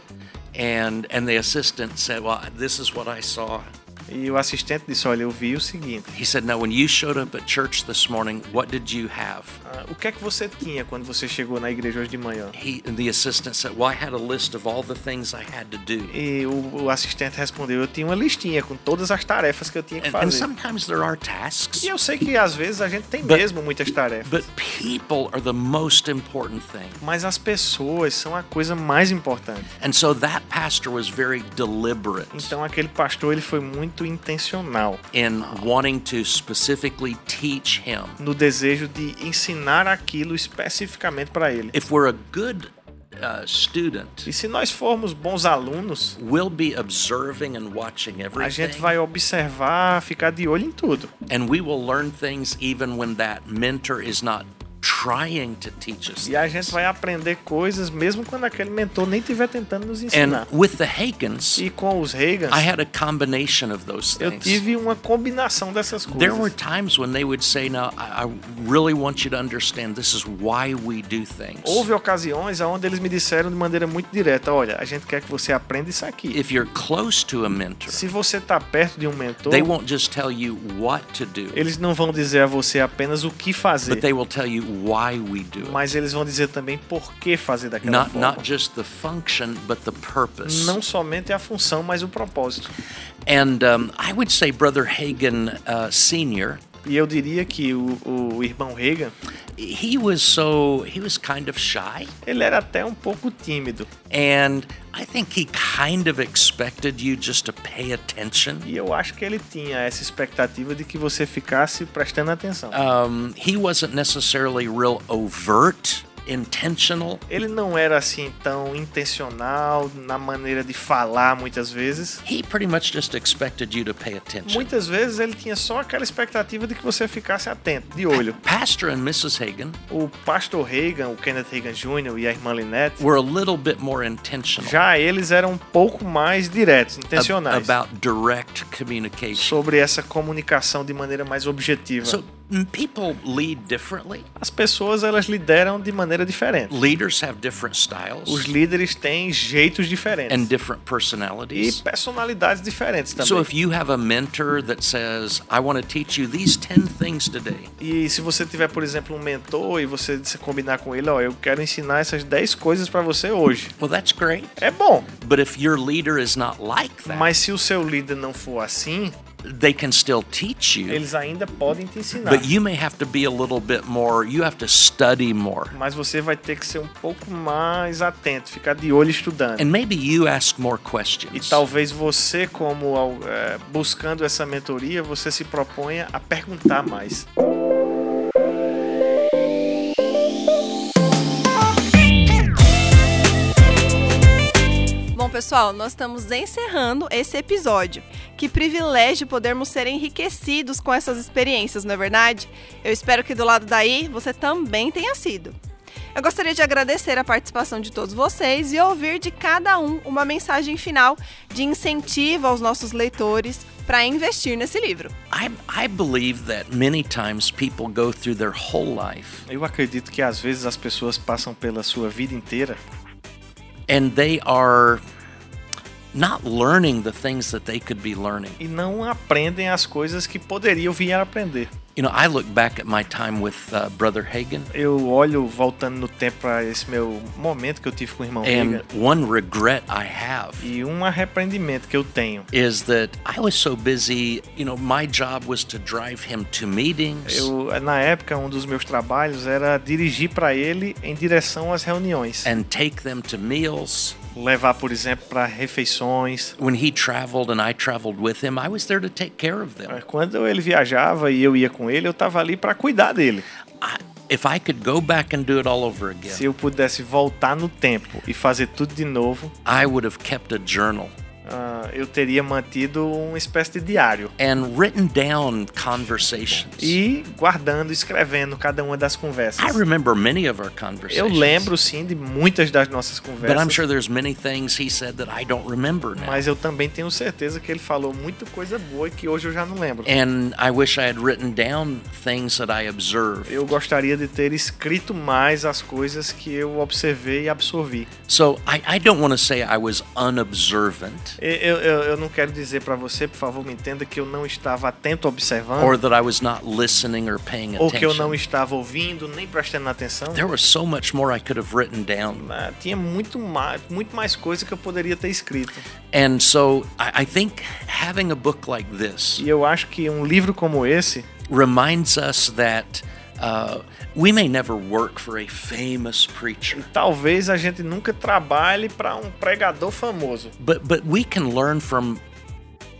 Speaker 3: And, and the assistant said, Well, this is what I saw.
Speaker 2: E o assistente disse: "Olha, eu vi o seguinte.
Speaker 3: He said, Now, when you showed up at church this morning, what did you have?
Speaker 2: ah, o que é que você tinha quando você chegou na igreja hoje de manhã?"
Speaker 3: He, and the assistant said, Well, I had a list of all the things I had to do.
Speaker 2: E o, o assistente respondeu: Eu tinha uma listinha com todas as tarefas que eu tinha que
Speaker 3: And, and
Speaker 2: fazer.
Speaker 3: sometimes there are tasks,
Speaker 2: E eu sei que às vezes a gente tem
Speaker 3: But-
Speaker 2: mesmo muitas tarefas.
Speaker 3: but people are the most important thing.
Speaker 2: mas as pessoas são a coisa mais importante.
Speaker 3: And so that pastor was very deliberate
Speaker 2: Então aquele pastor ele foi muito intencional
Speaker 3: in wanting to specifically teach him.
Speaker 2: no desejo de ensinar aquilo especificamente para ele.
Speaker 3: If we're a good uh, student,
Speaker 2: E se nós formos bons alunos,
Speaker 3: we'll be observing and watching
Speaker 2: a gente
Speaker 3: everything,
Speaker 2: vai observar, ficar de olho em tudo.
Speaker 3: and we will learn things even when that mentor is not trying to teach us.
Speaker 2: E a gente vai aprender coisas mesmo quando aquele mentor nem estiver tentando nos
Speaker 3: And
Speaker 2: ensinar.
Speaker 3: with the Hakens,
Speaker 2: E com os Reagans,
Speaker 3: I had É, a combination of those
Speaker 2: eu
Speaker 3: things.
Speaker 2: tive uma combinação dessas
Speaker 3: There were
Speaker 2: coisas.
Speaker 3: times when they would say, "No, I, I really want you to understand this is why we do things.
Speaker 2: Houve ocasiões onde eles me disseram de maneira muito direta: olha, a gente quer que você aprenda isso aqui.
Speaker 3: If you're close to a mentor,
Speaker 2: Se você tá perto de um mentor,
Speaker 3: they won't just tell you what to do,
Speaker 2: eles não vão dizer a você apenas o que
Speaker 3: but
Speaker 2: fazer,
Speaker 3: they will tell you why we do it.
Speaker 2: mas eles vão dizer também por que fazer daquela
Speaker 3: Not
Speaker 2: forma.
Speaker 3: not just the function, but the purpose.
Speaker 2: Não somente a função, mas o propósito.
Speaker 3: And um, I would say Brother Hagen uh, Senior,
Speaker 2: E eu diria que o, o irmão Reagan,
Speaker 3: he was so he was kind of shy,
Speaker 2: ele era até um pouco tímido.
Speaker 3: and I think he kind of expected you just to pay attention.
Speaker 2: E eu acho que ele tinha essa expectativa de que você ficasse prestando atenção.
Speaker 3: um, he wasn't necessarily real overt, intentional.
Speaker 2: Ele não era assim tão intencional na maneira de falar muitas vezes.
Speaker 3: He pretty much just expected you to pay attention.
Speaker 2: Muitas vezes ele tinha só aquela expectativa de que você ficasse atento, de olho.
Speaker 3: Pastor and Mrs. Hagen
Speaker 2: O pastor Reagan, o Kenneth Reagan Jr. e a irmã Lynette,
Speaker 3: were a little bit more intentional
Speaker 2: já eles eram um pouco mais diretos,
Speaker 3: ab-
Speaker 2: intencionais,
Speaker 3: about direct communication.
Speaker 2: sobre essa comunicação de maneira mais objetiva.
Speaker 3: So mm, people lead differently.
Speaker 2: As pessoas elas lideram de maneira diferente.
Speaker 3: Leaders have different
Speaker 2: Os
Speaker 3: styles
Speaker 2: líderes têm jeitos
Speaker 3: and
Speaker 2: diferentes
Speaker 3: different
Speaker 2: e
Speaker 3: personalities.
Speaker 2: personalidades diferentes também.
Speaker 3: So if you have a mentor that says, "I want to teach you these 10 things today,"
Speaker 2: E se você tiver, por exemplo, um mentor e você se combinar com ele, ó, eu quero ensinar essas 10 coisas pra você hoje.
Speaker 3: well that's great.
Speaker 2: É bom,
Speaker 3: But if your leader is not like that,
Speaker 2: mas se o seu líder não for assim,
Speaker 3: they can still teach you.
Speaker 2: eles ainda podem te ensinar.
Speaker 3: But you may have to be a little bit more, you have to study more.
Speaker 2: Mas você vai ter que ser um pouco mais atento, ficar de olho estudando.
Speaker 3: And maybe you ask more
Speaker 2: E
Speaker 3: questions.
Speaker 2: talvez você, como ao- é, buscando essa mentoria, você se proponha a perguntar mais.
Speaker 1: Pessoal, nós estamos encerrando esse episódio. Que privilégio podermos ser enriquecidos com essas experiências, não é verdade? Eu espero que do lado daí você também tenha sido. Eu gostaria de agradecer a participação de todos vocês e ouvir de cada um uma mensagem final de incentivo aos nossos leitores para investir nesse livro.
Speaker 3: I, I believe that many times people go through their whole life
Speaker 2: Eu acredito que às vezes as pessoas passam pela sua vida inteira
Speaker 3: and they are not learning the things that they could be learning.
Speaker 2: e não aprendem as coisas que poderiam vir a aprender.
Speaker 3: You know, I look back at my time with uh, Brother Hagen,
Speaker 2: Eu olho voltando no tempo para esse meu momento que eu tive com o irmão
Speaker 3: and
Speaker 2: Veiga,
Speaker 3: one regret I have
Speaker 2: e um arrependimento que eu tenho.
Speaker 3: is that I was so busy. You know, my job was to drive him to meetings.
Speaker 2: Eu, na época, um dos meus trabalhos era dirigir para ele em direção às reuniões.
Speaker 3: and take them to meals.
Speaker 2: Levar, por exemplo, para refeições.
Speaker 3: When he traveled and I traveled with him, I was there to take care of them.
Speaker 2: Quando ele viajava e eu ia com ele, eu estava ali para cuidar dele.
Speaker 3: I, if I could go back and do it all over again,
Speaker 2: Se eu pudesse voltar no tempo e fazer tudo de novo,
Speaker 3: I would have kept a journal
Speaker 2: ah, eu teria mantido uma espécie de diário.
Speaker 3: and written down conversations.
Speaker 2: E guardando, escrevendo cada uma das conversas.
Speaker 3: I remember many of our conversations.
Speaker 2: Eu lembro, sim, de muitas das nossas
Speaker 3: But I'm
Speaker 2: conversas.
Speaker 3: sure there's many things he said that I don't remember now.
Speaker 2: Mas eu também tenho certeza que ele falou muita coisa boa que hoje eu já não lembro.
Speaker 3: and I wish I had written down things that I observed.
Speaker 2: Eu gostaria de ter escrito mais as coisas que eu observei e absorvi.
Speaker 3: So I, I don't want to say I was unobservant
Speaker 2: E- Eu, eu, eu não quero dizer pra você, por favor, me entenda, que eu não estava atento observando,
Speaker 3: or that I was not listening or paying
Speaker 2: ou que eu não
Speaker 3: attention.
Speaker 2: estava ouvindo, nem prestando atenção.
Speaker 3: There was so much more I could have written down.
Speaker 2: Ah, Tinha muito mais, muito mais coisa que eu poderia ter escrito.
Speaker 3: And so I, I think having a book like this
Speaker 2: E eu acho que um livro como esse
Speaker 3: reminds us that uh, we may never work for a famous preacher,
Speaker 2: Talvez a gente nunca trabalhe para um pregador famoso,
Speaker 3: but but we can learn from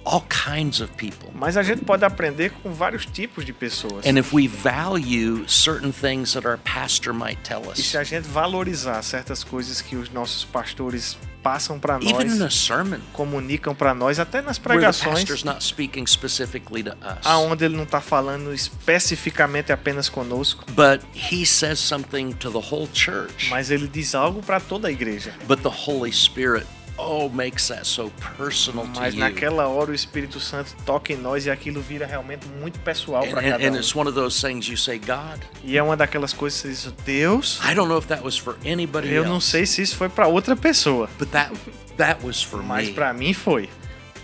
Speaker 3: all kinds of people.
Speaker 2: mas a gente pode aprender com vários tipos de pessoas.
Speaker 3: And if we value certain things that our pastor might tell
Speaker 2: E
Speaker 3: us,
Speaker 2: se a gente valorizar certas coisas que os nossos pastores passam para
Speaker 3: even in a
Speaker 2: nós,
Speaker 3: sermon
Speaker 2: comunicam para nós, até nas
Speaker 3: where the
Speaker 2: pregações,
Speaker 3: pastor's not speaking specifically to us,
Speaker 2: aonde ele não está falando especificamente apenas conosco,
Speaker 3: but he says something to the whole church.
Speaker 2: mas ele diz algo para toda a igreja.
Speaker 3: But the Holy Spirit, oh, makes that so personal to
Speaker 2: Mas
Speaker 3: you.
Speaker 2: naquela hora o Espírito Santo toca em nós e aquilo vira realmente muito pessoal
Speaker 3: And,
Speaker 2: para
Speaker 3: and-
Speaker 2: cada
Speaker 3: and
Speaker 2: um.
Speaker 3: it's one of those things you say, God,
Speaker 2: E é uma daquelas coisas que você diz, Deus,
Speaker 3: I don't know if that was for anybody
Speaker 2: eu não
Speaker 3: else,
Speaker 2: sei se isso foi para outra pessoa,
Speaker 3: but that that was for
Speaker 2: mas
Speaker 3: me.
Speaker 2: para mim foi.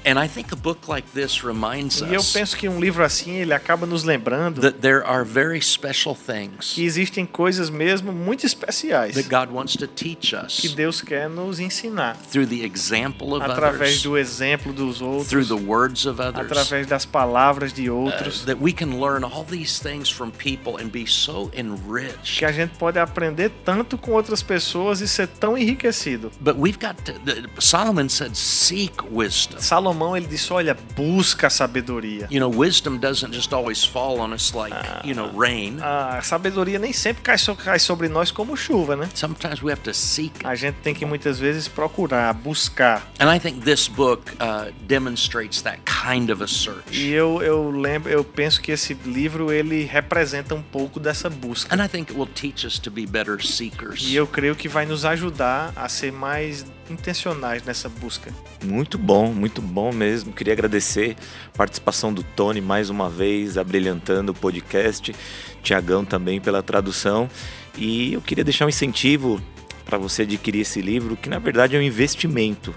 Speaker 3: And I think a book like this reminds
Speaker 2: E eu
Speaker 3: us
Speaker 2: penso que um livro assim, ele acaba nos lembrando
Speaker 3: that there are very special things
Speaker 2: que existem coisas mesmo muito especiais
Speaker 3: that God wants to teach
Speaker 2: que
Speaker 3: us
Speaker 2: Deus quer nos ensinar
Speaker 3: through the example of
Speaker 2: através
Speaker 3: others,
Speaker 2: do exemplo dos
Speaker 3: through
Speaker 2: outros,
Speaker 3: the words of others,
Speaker 2: através das palavras de
Speaker 3: uh,
Speaker 2: outros,
Speaker 3: that we can learn all these things from people and be so enriched.
Speaker 2: que a gente pode aprender tanto com outras pessoas e ser tão enriquecido.
Speaker 3: But we've got to, the, Solomon said, seek wisdom.
Speaker 2: Salomão ele disse: "Olha, busca a sabedoria".
Speaker 3: You know, wisdom doesn't just always fall on us like, you know, rain.
Speaker 2: A sabedoria nem sempre cai, so- cai sobre nós como chuva, né?
Speaker 3: Sometimes we have to seek. it.
Speaker 2: A gente tem que muitas vezes procurar, buscar.
Speaker 3: And I think this book uh, demonstrates that kind of a
Speaker 2: E
Speaker 3: search.
Speaker 2: eu, eu lembro, eu penso que esse livro ele representa um pouco dessa busca.
Speaker 3: And I think it will teach us to be better seekers.
Speaker 2: E eu creio que vai nos ajudar a ser mais intencionais nessa busca.
Speaker 4: Muito bom, muito bom mesmo. Queria agradecer a participação do Tony mais uma vez, abrilhantando o podcast. Tiagão também pela tradução. E eu queria deixar um incentivo para você adquirir esse livro, que na verdade é um investimento.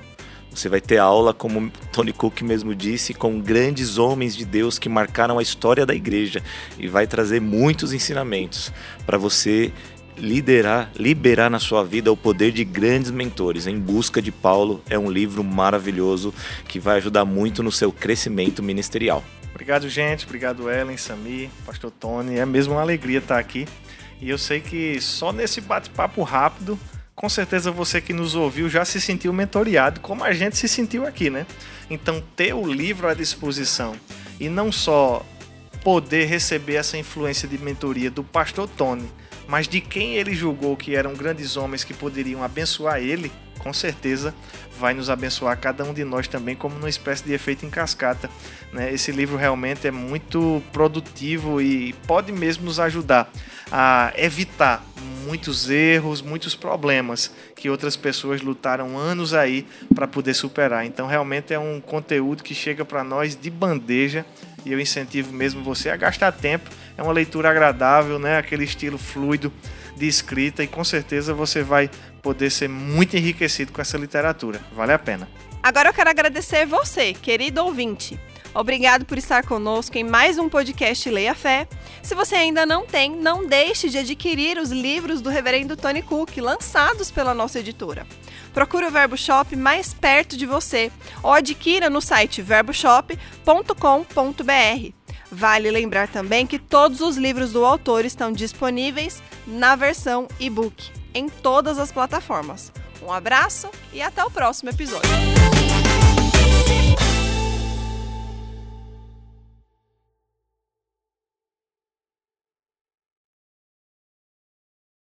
Speaker 4: Você vai ter aula, como Tony Cook mesmo disse, com grandes homens de Deus que marcaram a história da igreja e vai trazer muitos ensinamentos para você liderar, liberar na sua vida o poder de grandes mentores. Em Busca de Paulo é um livro maravilhoso que vai ajudar muito no seu crescimento ministerial.
Speaker 2: Obrigado, gente. Obrigado, Ellen, Sami, Pastor Tony. É mesmo uma alegria estar aqui. E eu sei que só nesse bate-papo rápido, com certeza você que nos ouviu já se sentiu mentoreado, como a gente se sentiu aqui, né? Então, ter o livro à disposição e não só poder receber essa influência de mentoria do Pastor Tony, mas de quem ele julgou que eram grandes homens que poderiam abençoar ele, com certeza vai nos abençoar cada um de nós também como uma espécie de efeito em cascata. Né? Esse livro realmente é muito produtivo e pode mesmo nos ajudar a evitar muitos erros, muitos problemas que outras pessoas lutaram anos aí para poder superar. Então realmente é um conteúdo que chega para nós de bandeja e eu incentivo mesmo você a gastar tempo. É uma leitura agradável, né? Aquele estilo fluido de escrita e com certeza você vai poder ser muito enriquecido com essa literatura. Vale a pena.
Speaker 1: Agora eu quero agradecer você, querido ouvinte. Obrigado por estar conosco em mais um podcast Leia Fé. Se você ainda não tem, não deixe de adquirir os livros do Reverendo Tony Cook, lançados pela nossa editora. Procure o Verbo Shop mais perto de você ou adquira no site verboshop.com.br. Vale lembrar também que todos os livros do autor estão disponíveis na versão e-book em todas as plataformas. Um abraço e até o próximo episódio.